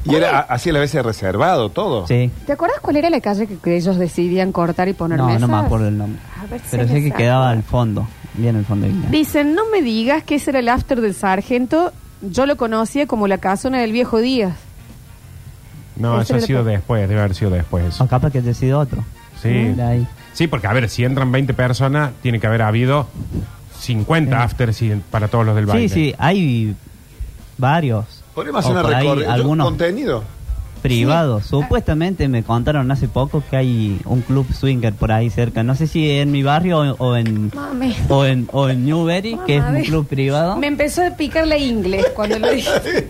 Speaker 2: Y era así a la vez reservado todo.
Speaker 9: Sí.
Speaker 1: ¿Te acuerdas cuál era la calle que, que ellos decidían cortar y poner
Speaker 9: No,
Speaker 1: mesas?
Speaker 9: no me acuerdo el nombre.
Speaker 1: A ver si
Speaker 9: Pero
Speaker 1: me
Speaker 9: sé que
Speaker 1: saco.
Speaker 9: quedaba al fondo, bien al fondo.
Speaker 1: Dicen, no me digas que ese era el after del sargento. Yo lo conocía como la casona del viejo Díaz.
Speaker 3: No, eso ha sido después, debe haber sido después. eso.
Speaker 9: O capaz que haya sido otro.
Speaker 3: Sí.
Speaker 9: De ahí.
Speaker 3: Sí, porque a ver, si entran 20 personas, tiene que haber habido 50 afters y- para todos los del baile.
Speaker 9: Sí, sí, hay varios.
Speaker 2: Podríamos
Speaker 9: O
Speaker 2: hacer una
Speaker 9: por ahí
Speaker 2: recorrida.
Speaker 9: Algunos
Speaker 2: ¿Contenido?
Speaker 9: privados. Supuestamente me contaron hace poco que hay un club swinger por ahí cerca. No sé si en mi barrio o, o en,
Speaker 1: Mame.
Speaker 9: o en o en Newberry, que es
Speaker 1: Mamá,
Speaker 9: un
Speaker 1: ve.
Speaker 9: club privado.
Speaker 1: Me empezó a picar la inglés cuando lo dije.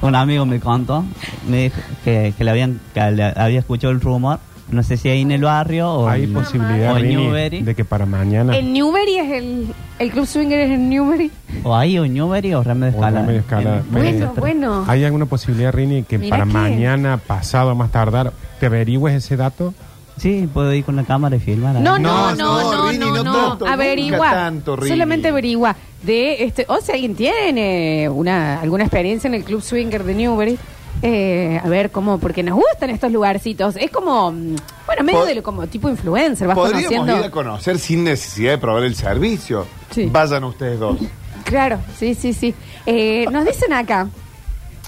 Speaker 9: Un amigo me contó, me dijo que, que le habían que le había escuchado el rumor. No sé si ahí en el barrio o
Speaker 3: Hay
Speaker 9: en,
Speaker 3: posibilidad,
Speaker 9: o en
Speaker 3: Rini,
Speaker 9: Newbery.
Speaker 3: de que para mañana.
Speaker 1: En Newbery es el, el club swinger es en Newbery.
Speaker 9: O ahí o en Newberry o Remedio
Speaker 3: O en
Speaker 9: Escalada.
Speaker 3: Remedio Escalada.
Speaker 9: En-
Speaker 3: Bueno,
Speaker 9: en-
Speaker 1: bueno.
Speaker 3: ¿Hay alguna posibilidad, Rini, que
Speaker 1: Mirá
Speaker 3: para
Speaker 1: que-
Speaker 3: mañana, pasado, más tardar, te averigües ese dato?
Speaker 9: Sí, puedo ir con la cámara y filmar. ahí.
Speaker 1: No, no, no, no, no,
Speaker 2: Rini,
Speaker 1: no,
Speaker 2: no tanto, nunca
Speaker 1: averigua.
Speaker 2: tanto, Rini.
Speaker 1: solamente averigua de este, o si alguien tiene una alguna experiencia en el club swinger de Newbury. eh, a ver cómo, porque nos gustan estos lugarcitos. Es como, mm, bueno, medio
Speaker 2: Pod-
Speaker 1: de lo- como tipo influencer, vas
Speaker 2: Podríamos
Speaker 1: conociendo.
Speaker 2: ir a conocer sin necesidad de probar el servicio.
Speaker 1: Sí.
Speaker 2: Vayan ustedes dos.
Speaker 1: Claro, sí, sí, sí. Eh, nos dicen acá,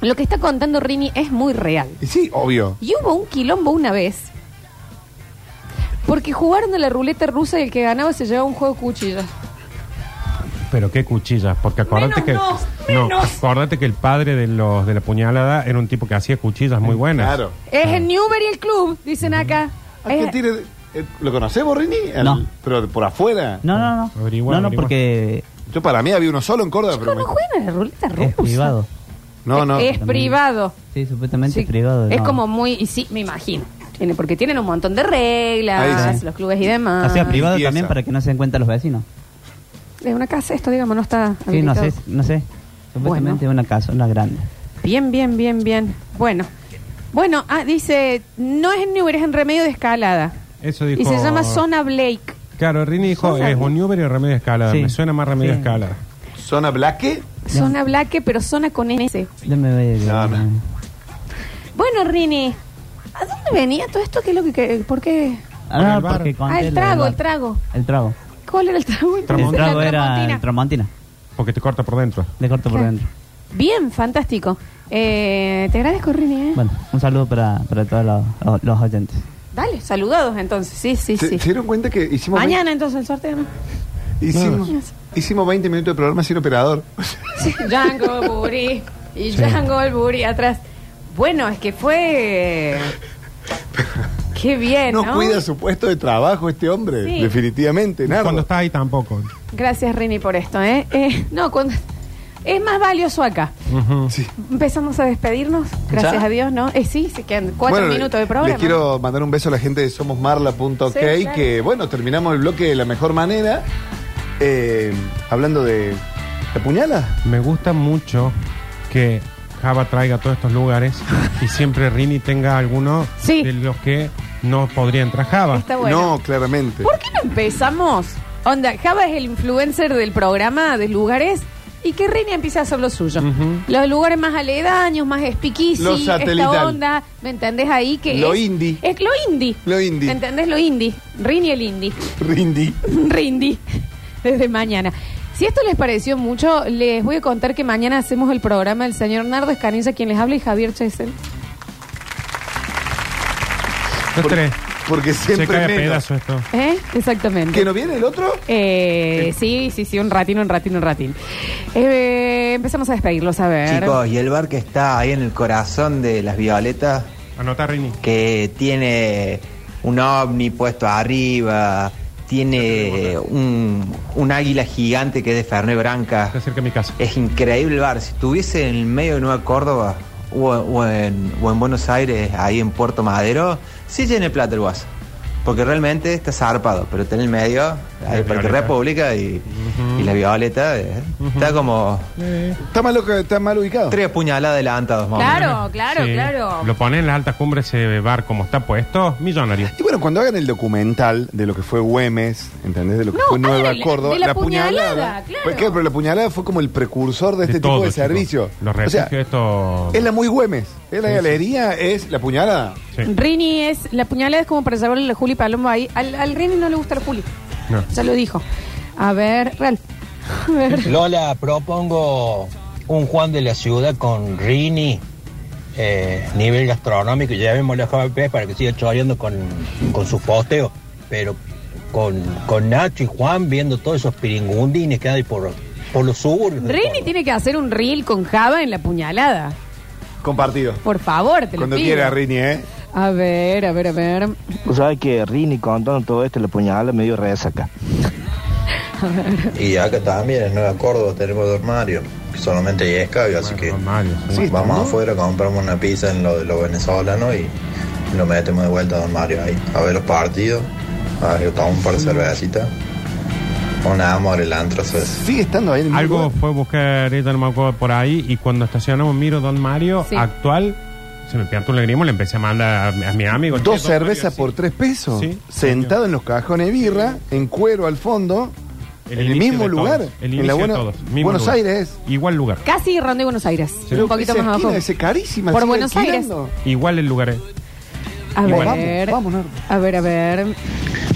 Speaker 1: lo que está contando Rini es muy real.
Speaker 2: Y sí, obvio.
Speaker 1: Y hubo un quilombo una vez. Porque jugaron a la ruleta rusa y el que ganaba se llevaba un juego de cuchillas.
Speaker 3: Pero qué cuchillas, porque acordate
Speaker 1: Menos
Speaker 3: que.
Speaker 1: no, menos.
Speaker 3: acordate que el padre de los de la puñalada era un tipo que hacía cuchillas
Speaker 9: Eh,
Speaker 3: muy buenas.
Speaker 2: Claro.
Speaker 1: Es en Newbery el club, dicen acá. Es-
Speaker 2: Ah. ¿Qué tiene- eh, ¿Lo conocés, Borrini? El-
Speaker 9: No.
Speaker 2: Pero por afuera.
Speaker 9: No, no, no.
Speaker 3: Averigua,
Speaker 9: no, no,
Speaker 3: averigua.
Speaker 9: porque
Speaker 2: Yo para mí había uno solo en Córdoba, pero
Speaker 1: no
Speaker 2: me-
Speaker 1: juegan a la ruleta rusa.
Speaker 9: es privado.
Speaker 2: no, no.
Speaker 1: Es privado.
Speaker 9: Sí, supuestamente
Speaker 1: Sí,
Speaker 9: es privado.
Speaker 1: es
Speaker 9: no.
Speaker 1: como muy. Y sí, me imagino. Tiene, porque tienen un montón de reglas,
Speaker 2: Ahí sí.
Speaker 1: los clubes y demás.
Speaker 9: O sea, privado
Speaker 2: Limpieza.
Speaker 9: también para que no se den cuenta los vecinos.
Speaker 1: Es una casa, esto, digamos, no está.
Speaker 9: Sí, no
Speaker 1: habilitado.
Speaker 9: sé, no sé. Supuestamente una casa, una grande.
Speaker 1: Bien, bien, bien, bien. Bueno. Bueno, ah, dice. No es en Newbery, es en Remedio de Escalada.
Speaker 3: Eso dijo.
Speaker 1: Y se llama Zona Blake.
Speaker 3: Claro, Rini dijo,
Speaker 1: Zona-
Speaker 3: es un Newbery o remedio escalada.
Speaker 9: Sí.
Speaker 3: Me suena más remedio
Speaker 9: Sí.
Speaker 3: escalada.
Speaker 2: ¿Zona Blaque?
Speaker 1: Zona Blake, pero zona con S.
Speaker 9: Déjame ver.
Speaker 2: No, no.
Speaker 1: Bueno, Rini, ¿a dónde venía todo esto? ¿Qué es lo que.? que- ¿Por qué?
Speaker 9: Ah, no,
Speaker 3: el bar.
Speaker 9: porque conté
Speaker 1: Ah, el
Speaker 9: lo del
Speaker 1: trago,
Speaker 9: bar.
Speaker 1: el trago.
Speaker 9: El trago.
Speaker 1: ¿Cuál era el trago?
Speaker 9: El
Speaker 1: Entonces, la
Speaker 9: trago era el
Speaker 1: tramontina.
Speaker 9: Tramontina.
Speaker 3: Porque te corta por dentro.
Speaker 9: Le corto por
Speaker 1: Claro.
Speaker 9: dentro.
Speaker 1: Bien, fantástico. Eh, te agradezco, Rini. ¿eh?
Speaker 9: Bueno, un saludo para, para todos los, los- los oyentes.
Speaker 1: Dale, saludados entonces. Sí, sí,
Speaker 2: ¿Se,
Speaker 1: sí.
Speaker 2: se dieron cuenta que hicimos,
Speaker 1: Mañana entonces el sorteo. ¿no?
Speaker 2: vein- hicimos, hicimos 20 minutos de programa sin operador?
Speaker 1: Sí,
Speaker 2: *laughs*
Speaker 1: *laughs* Django Buri y Django el Buri atrás. Bueno, es que *laughs* fue. Qué bien, Eh, ¿no?
Speaker 2: No cuida su puesto de trabajo este hombre,
Speaker 1: Sí.
Speaker 2: definitivamente. Nardo.
Speaker 3: Cuando está ahí tampoco.
Speaker 1: Gracias, Rini, por esto. ¿eh? Eh, no, cuando... es más valioso acá.
Speaker 2: Sí.
Speaker 1: Empezamos a despedirnos, gracias
Speaker 9: ¿Ya?
Speaker 1: a Dios, ¿no? Eh, sí, se quedan cuatro
Speaker 2: Bueno, le-
Speaker 1: minutos de programa.
Speaker 2: Les quiero mandar un beso a la gente de somosmarla.ok,
Speaker 1: Sí, claro.
Speaker 2: que bueno, terminamos el bloque de la mejor manera. eh, hablando de. ¿La puñala?
Speaker 3: Me gusta mucho que Java traiga todos estos lugares y siempre Rini tenga alguno
Speaker 1: Sí.
Speaker 3: de los que no podría entrar Java.
Speaker 1: Está bueno.
Speaker 2: No, claramente.
Speaker 1: ¿Por qué no empezamos? Onda, Java es el influencer del programa, de lugares, y que Rini empiece a hacer lo suyo. Los lugares más aledaños, más espiquisi,
Speaker 2: Lo
Speaker 1: esta
Speaker 2: satelital.
Speaker 1: onda, ¿me entendés ahí? que
Speaker 2: Lo
Speaker 1: es-
Speaker 2: indie.
Speaker 1: Es lo indie.
Speaker 2: Lo indie.
Speaker 1: ¿Me entendés? Lo indie. Rini el indie. *laughs*
Speaker 2: Rindy.
Speaker 1: Rindy desde mañana. Si esto les pareció mucho, les voy a contar que mañana hacemos el programa del señor Nardo Escanilla, quien les habla, y Javier Chesel.
Speaker 3: Los tres.
Speaker 2: Porque siempre
Speaker 3: Se cae a
Speaker 2: menos.
Speaker 3: pedazos esto.
Speaker 1: ¿Eh? Exactamente.
Speaker 2: ¿Que no viene el otro?
Speaker 1: Eh, sí, sí, sí, un ratín, un ratín, un ratín. Eh, empezamos a despedirlos, a ver.
Speaker 10: Chicos, y el bar que está ahí en el corazón de las violetas,
Speaker 3: Anotá, Rini.
Speaker 10: que tiene un ovni puesto arriba, tiene un, un águila gigante que es de Ferné Branca.
Speaker 3: Está cerca de mi casa.
Speaker 1: Eh,
Speaker 10: Es increíble el bar. Si estuviese en el medio de Nueva Córdoba o, o en, o en Buenos Aires, ahí en Puerto Madero, sí tiene plata el guaso. Porque realmente está zarpado, pero está en el medio, ahí, porque
Speaker 3: Violeta.
Speaker 10: República y, y la Violeta eh, está como
Speaker 2: Está mal, loca- está mal ubicado.
Speaker 10: tres puñaladas adelantadas. más o
Speaker 1: Claro,
Speaker 10: menos.
Speaker 1: claro,
Speaker 3: Sí.
Speaker 1: claro.
Speaker 3: Lo ponen en las altas cumbres ese bar como está puesto, millonario.
Speaker 2: Y bueno, cuando hagan el documental de lo que fue Güemes, ¿entendés? De lo que
Speaker 1: No,
Speaker 2: fue
Speaker 1: hagan
Speaker 2: Nueva
Speaker 1: el- de
Speaker 2: Córdoba,
Speaker 1: la puñalada, claro.
Speaker 2: Pues, Pero la puñalada fue como el precursor de este tipo
Speaker 3: todo,
Speaker 2: de
Speaker 3: chicos.
Speaker 2: servicio.
Speaker 3: Los
Speaker 2: o
Speaker 3: refugios
Speaker 2: sea,
Speaker 3: esto...
Speaker 2: es la muy Güemes. Es la galería, es la puñalada.
Speaker 3: Sí.
Speaker 1: Rini es, la puñalada es como para llevarle la Juli Palombo ahí. Al, al Rini no le gusta la Juli.
Speaker 3: No.
Speaker 1: Ya lo dijo. A ver, real. A ver.
Speaker 11: Lola, propongo un Juan de la Ciudad con Rini, eh, nivel gastronómico, y llevémosle a Javi Pérez para que siga choreando con, con sus posteos, pero con, con Nacho y Juan viendo todos esos piringundines que hay por, por los suburbios. de
Speaker 1: Rini
Speaker 11: Córdoba.
Speaker 1: tiene que hacer un reel con Java en la puñalada.
Speaker 2: Compartido.
Speaker 1: Por favor, te lo
Speaker 2: Cuando
Speaker 1: pido.
Speaker 2: quiera, Rini, ¿eh?
Speaker 1: A ver, a ver, a ver.
Speaker 11: Vos sabés que Rini contando todo esto, la puñalada medio resaca.
Speaker 10: Y acá también en Nueva Córdoba tenemos dos Mario, que solamente hay escabio, así que
Speaker 3: Mario, sí.
Speaker 2: Sí,
Speaker 10: vamos
Speaker 2: ¿no?
Speaker 10: afuera, compramos una pizza en lo de los venezolanos y lo metemos de vuelta a Don Mario ahí, a ver los partidos, a ver, tomamos un par de cervecitas. Un amor el antro, eso es.
Speaker 2: Sigue estando ahí en el mismo
Speaker 3: Algo
Speaker 2: lugar.
Speaker 3: fue buscar ella, no me acuerdo, por ahí y cuando estacionamos miro Don Mario
Speaker 1: Sí.
Speaker 3: actual, se me piantó un lagrimón, le empecé a mandar a, a mi amigo. Che,
Speaker 2: Dos
Speaker 3: Don
Speaker 2: eh,
Speaker 3: Mario,
Speaker 2: cervezas
Speaker 3: sí.
Speaker 2: por tres pesos.
Speaker 3: Sí.
Speaker 2: Sentado en los cajones de birra, en cuero al fondo, en el
Speaker 3: inicio
Speaker 2: mismo
Speaker 3: de
Speaker 2: lugar.
Speaker 3: todos, El
Speaker 2: en la
Speaker 3: inicio de
Speaker 2: buena-
Speaker 3: todos, mismo
Speaker 2: Buenos
Speaker 3: lugar.
Speaker 2: Aires.
Speaker 3: Igual lugar.
Speaker 1: Casi Ronde Buenos Aires. un poquito más abajo.
Speaker 2: Es carísima.
Speaker 1: Por
Speaker 2: sigue
Speaker 1: Buenos
Speaker 2: alquilando.
Speaker 3: Igual el lugar. eh.
Speaker 1: A
Speaker 3: Igual.
Speaker 1: ver.
Speaker 2: Vamos, vamos, Nardo.
Speaker 1: A ver, a ver.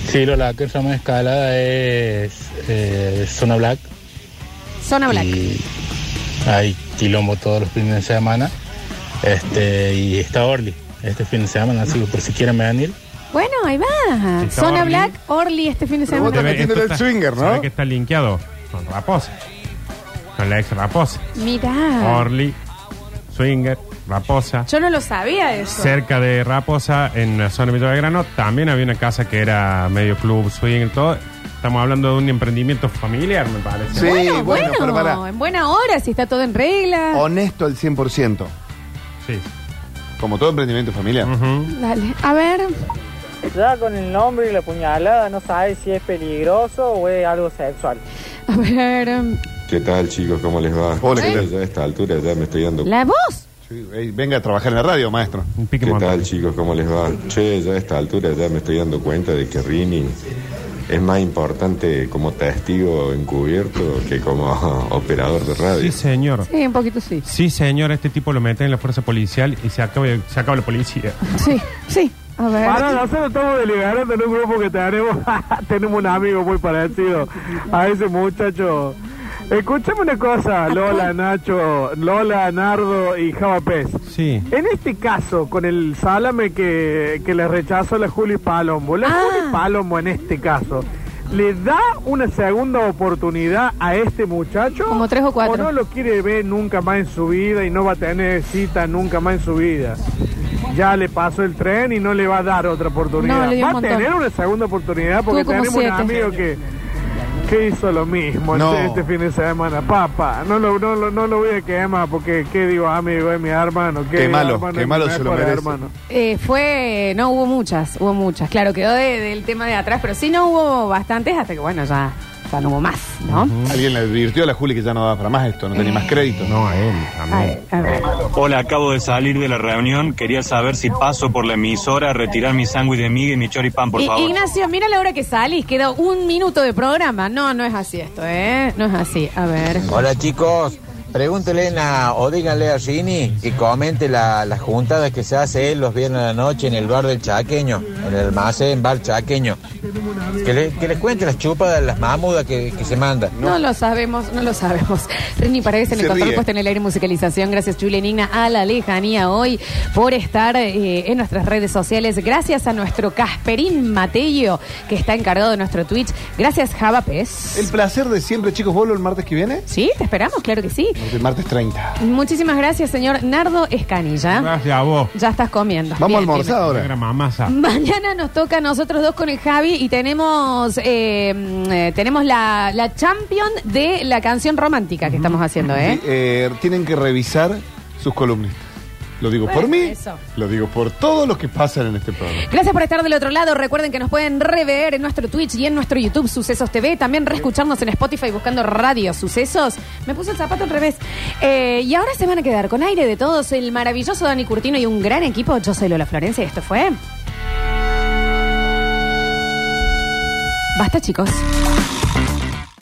Speaker 6: Sí, Lola, que llama escalada es eh, Zona Black.
Speaker 1: Zona Black.
Speaker 6: Y hay quilombo todos los fines de semana. Este, y está Orly este fin de semana, así que por si quieren venir.
Speaker 1: Bueno, ahí va.
Speaker 3: Está
Speaker 1: Zona
Speaker 3: Orly.
Speaker 1: Black, Orly este fin de
Speaker 2: Pero vos
Speaker 1: semana.
Speaker 2: te- metiendo
Speaker 3: esto
Speaker 2: el swinger, ¿no?
Speaker 3: se ve que está linkeado con Raposa. Con la ex Raposa.
Speaker 1: Mirá.
Speaker 3: Orly, Swinger, Raposa.
Speaker 1: Yo no lo sabía eso.
Speaker 3: Cerca de Raposa, en la zona de Villa Grano, también había una casa que era medio club, swing y todo. Estamos hablando de un emprendimiento familiar, me parece.
Speaker 2: Sí,
Speaker 1: bueno,
Speaker 2: bueno,
Speaker 1: bueno,
Speaker 2: pero pará.
Speaker 1: en buena hora, si está todo en regla.
Speaker 2: Honesto al 100%.
Speaker 3: Sí.
Speaker 2: Como todo emprendimiento familiar.
Speaker 3: Ujú.
Speaker 1: Dale, a ver.
Speaker 11: Ya con el nombre y la puñalada no sabes si es peligroso o es algo sexual.
Speaker 1: A ver.
Speaker 5: ¿Qué tal chicos? ¿Cómo les
Speaker 3: Ah.
Speaker 5: va?
Speaker 2: Hola, ¿qué
Speaker 5: Sí,
Speaker 2: tal?
Speaker 5: Ya a esta altura ya me estoy dando
Speaker 1: La voz.
Speaker 2: Sí, ey, venga a trabajar en la radio, maestro.
Speaker 3: Un pique
Speaker 5: ¿Qué
Speaker 3: montón.
Speaker 5: tal chicos? ¿Cómo les va? Che, ya a esta altura ya me estoy dando cuenta de que Rini es más importante como testigo encubierto que como *laughs* operador de radio.
Speaker 3: Sí, señor.
Speaker 1: Sí, un poquito sí.
Speaker 3: Sí, señor, este tipo lo mete en la fuerza policial y se acaba, se acaba la policía.
Speaker 1: Sí, sí. A ver.
Speaker 11: nosotros estamos deliberando en un grupo que tenemos, *laughs* tenemos un amigo muy parecido a ese muchacho. Escúchame una cosa, *laughs* Lola, Nacho, Lola, Nardo y Java Pez.
Speaker 3: Sí.
Speaker 11: En este caso, con el salame que, que le rechazó la Juli Palombo, la
Speaker 1: Ah.
Speaker 11: Juli Palombo en este caso, ¿le da una segunda oportunidad a este muchacho?
Speaker 1: Como tres o cuatro.
Speaker 11: no lo quiere ver nunca más en su vida y no va a tener cita nunca más en su vida? Ya le pasó el tren y no le va a dar otra oportunidad.
Speaker 1: No, le dio
Speaker 11: va
Speaker 1: un
Speaker 11: a
Speaker 1: montón.
Speaker 11: tener una segunda oportunidad porque
Speaker 1: Tuvo como
Speaker 11: tenemos un
Speaker 1: siete.
Speaker 11: amigo que, que hizo lo mismo
Speaker 2: No.
Speaker 11: este, este fin de semana. Papá, no lo, no, lo- no lo voy a quemar porque, ¿qué digo, amigo? Es mi hermano. ¿Qué digo,
Speaker 2: Quemalo,
Speaker 11: hermano? Es mi
Speaker 2: quemalo, se lo
Speaker 11: mejor
Speaker 2: merece.
Speaker 11: hermano.
Speaker 1: Eh, fue, no hubo muchas, hubo muchas. Claro, quedó de- del tema de atrás, pero sí no hubo bastantes hasta que, bueno, ya, ya no hubo más, ¿no?
Speaker 2: Alguien le advirtió a la Juli que ya no daba para más esto, no tenía más crédito.
Speaker 3: No, a él, a mí.
Speaker 1: A ver, a ver.
Speaker 11: Hola, acabo de salir de la reunión. Quería saber si paso por la emisora a retirar mi sándwich de miga y mi choripán, por
Speaker 1: I-
Speaker 11: favor.
Speaker 1: Ignacio, mira la hora que salís, queda un minuto de programa. No, no es así esto, ¿eh? No es así. A ver.
Speaker 11: Hola, chicos. Pregúntele o díganle a Rini que comente la, la juntada que se hace él los viernes a la noche en el bar del Chaqueño, en el almacén Bar Chaqueño. Que, le- que les cuente las chupas, las mamudas que, que se mandan.
Speaker 1: No. lo sabemos, no lo sabemos. *laughs* Rini Paredes en el
Speaker 11: Se
Speaker 1: control
Speaker 11: ríe.
Speaker 1: puesto en el aire musicalización. Gracias, Julia Nigna, a la lejanía hoy por estar eh, en nuestras redes sociales. Gracias a nuestro Casperín Mateo, que está encargado de nuestro Twitch. Gracias, Java Pes.
Speaker 2: El placer de siempre, chicos. ¿Vuelvo el martes que viene?
Speaker 1: Sí, te esperamos, claro que sí.
Speaker 2: El martes 30.
Speaker 1: Muchísimas gracias, señor Nardo Escanilla.
Speaker 3: Gracias a vos.
Speaker 1: Ya estás comiendo.
Speaker 2: Vamos a
Speaker 1: Bien,
Speaker 2: almorzar ahora.
Speaker 3: Gran mamasa.
Speaker 1: *laughs* Mañana nos toca a nosotros dos con el Javi y tenemos eh, mm, eh, tenemos la, la champion de la canción romántica que estamos haciendo, ¿eh?
Speaker 2: Eh, tienen que revisar sus columnistas. Lo digo por
Speaker 1: Bueno,
Speaker 2: mí,
Speaker 1: eso.
Speaker 2: lo digo por todos los que pasan en este programa.
Speaker 1: Gracias por estar del otro lado. Recuerden que nos pueden rever en nuestro Twitch y en nuestro YouTube Sucesos TV. También reescucharnos en Spotify buscando Radio Sucesos. Me puse el zapato al revés. Eh, y ahora se van a quedar con aire de todos el maravilloso Dani Curtino y un gran equipo. Yo soy Lola Florencia y esto fue. Basta, chicos.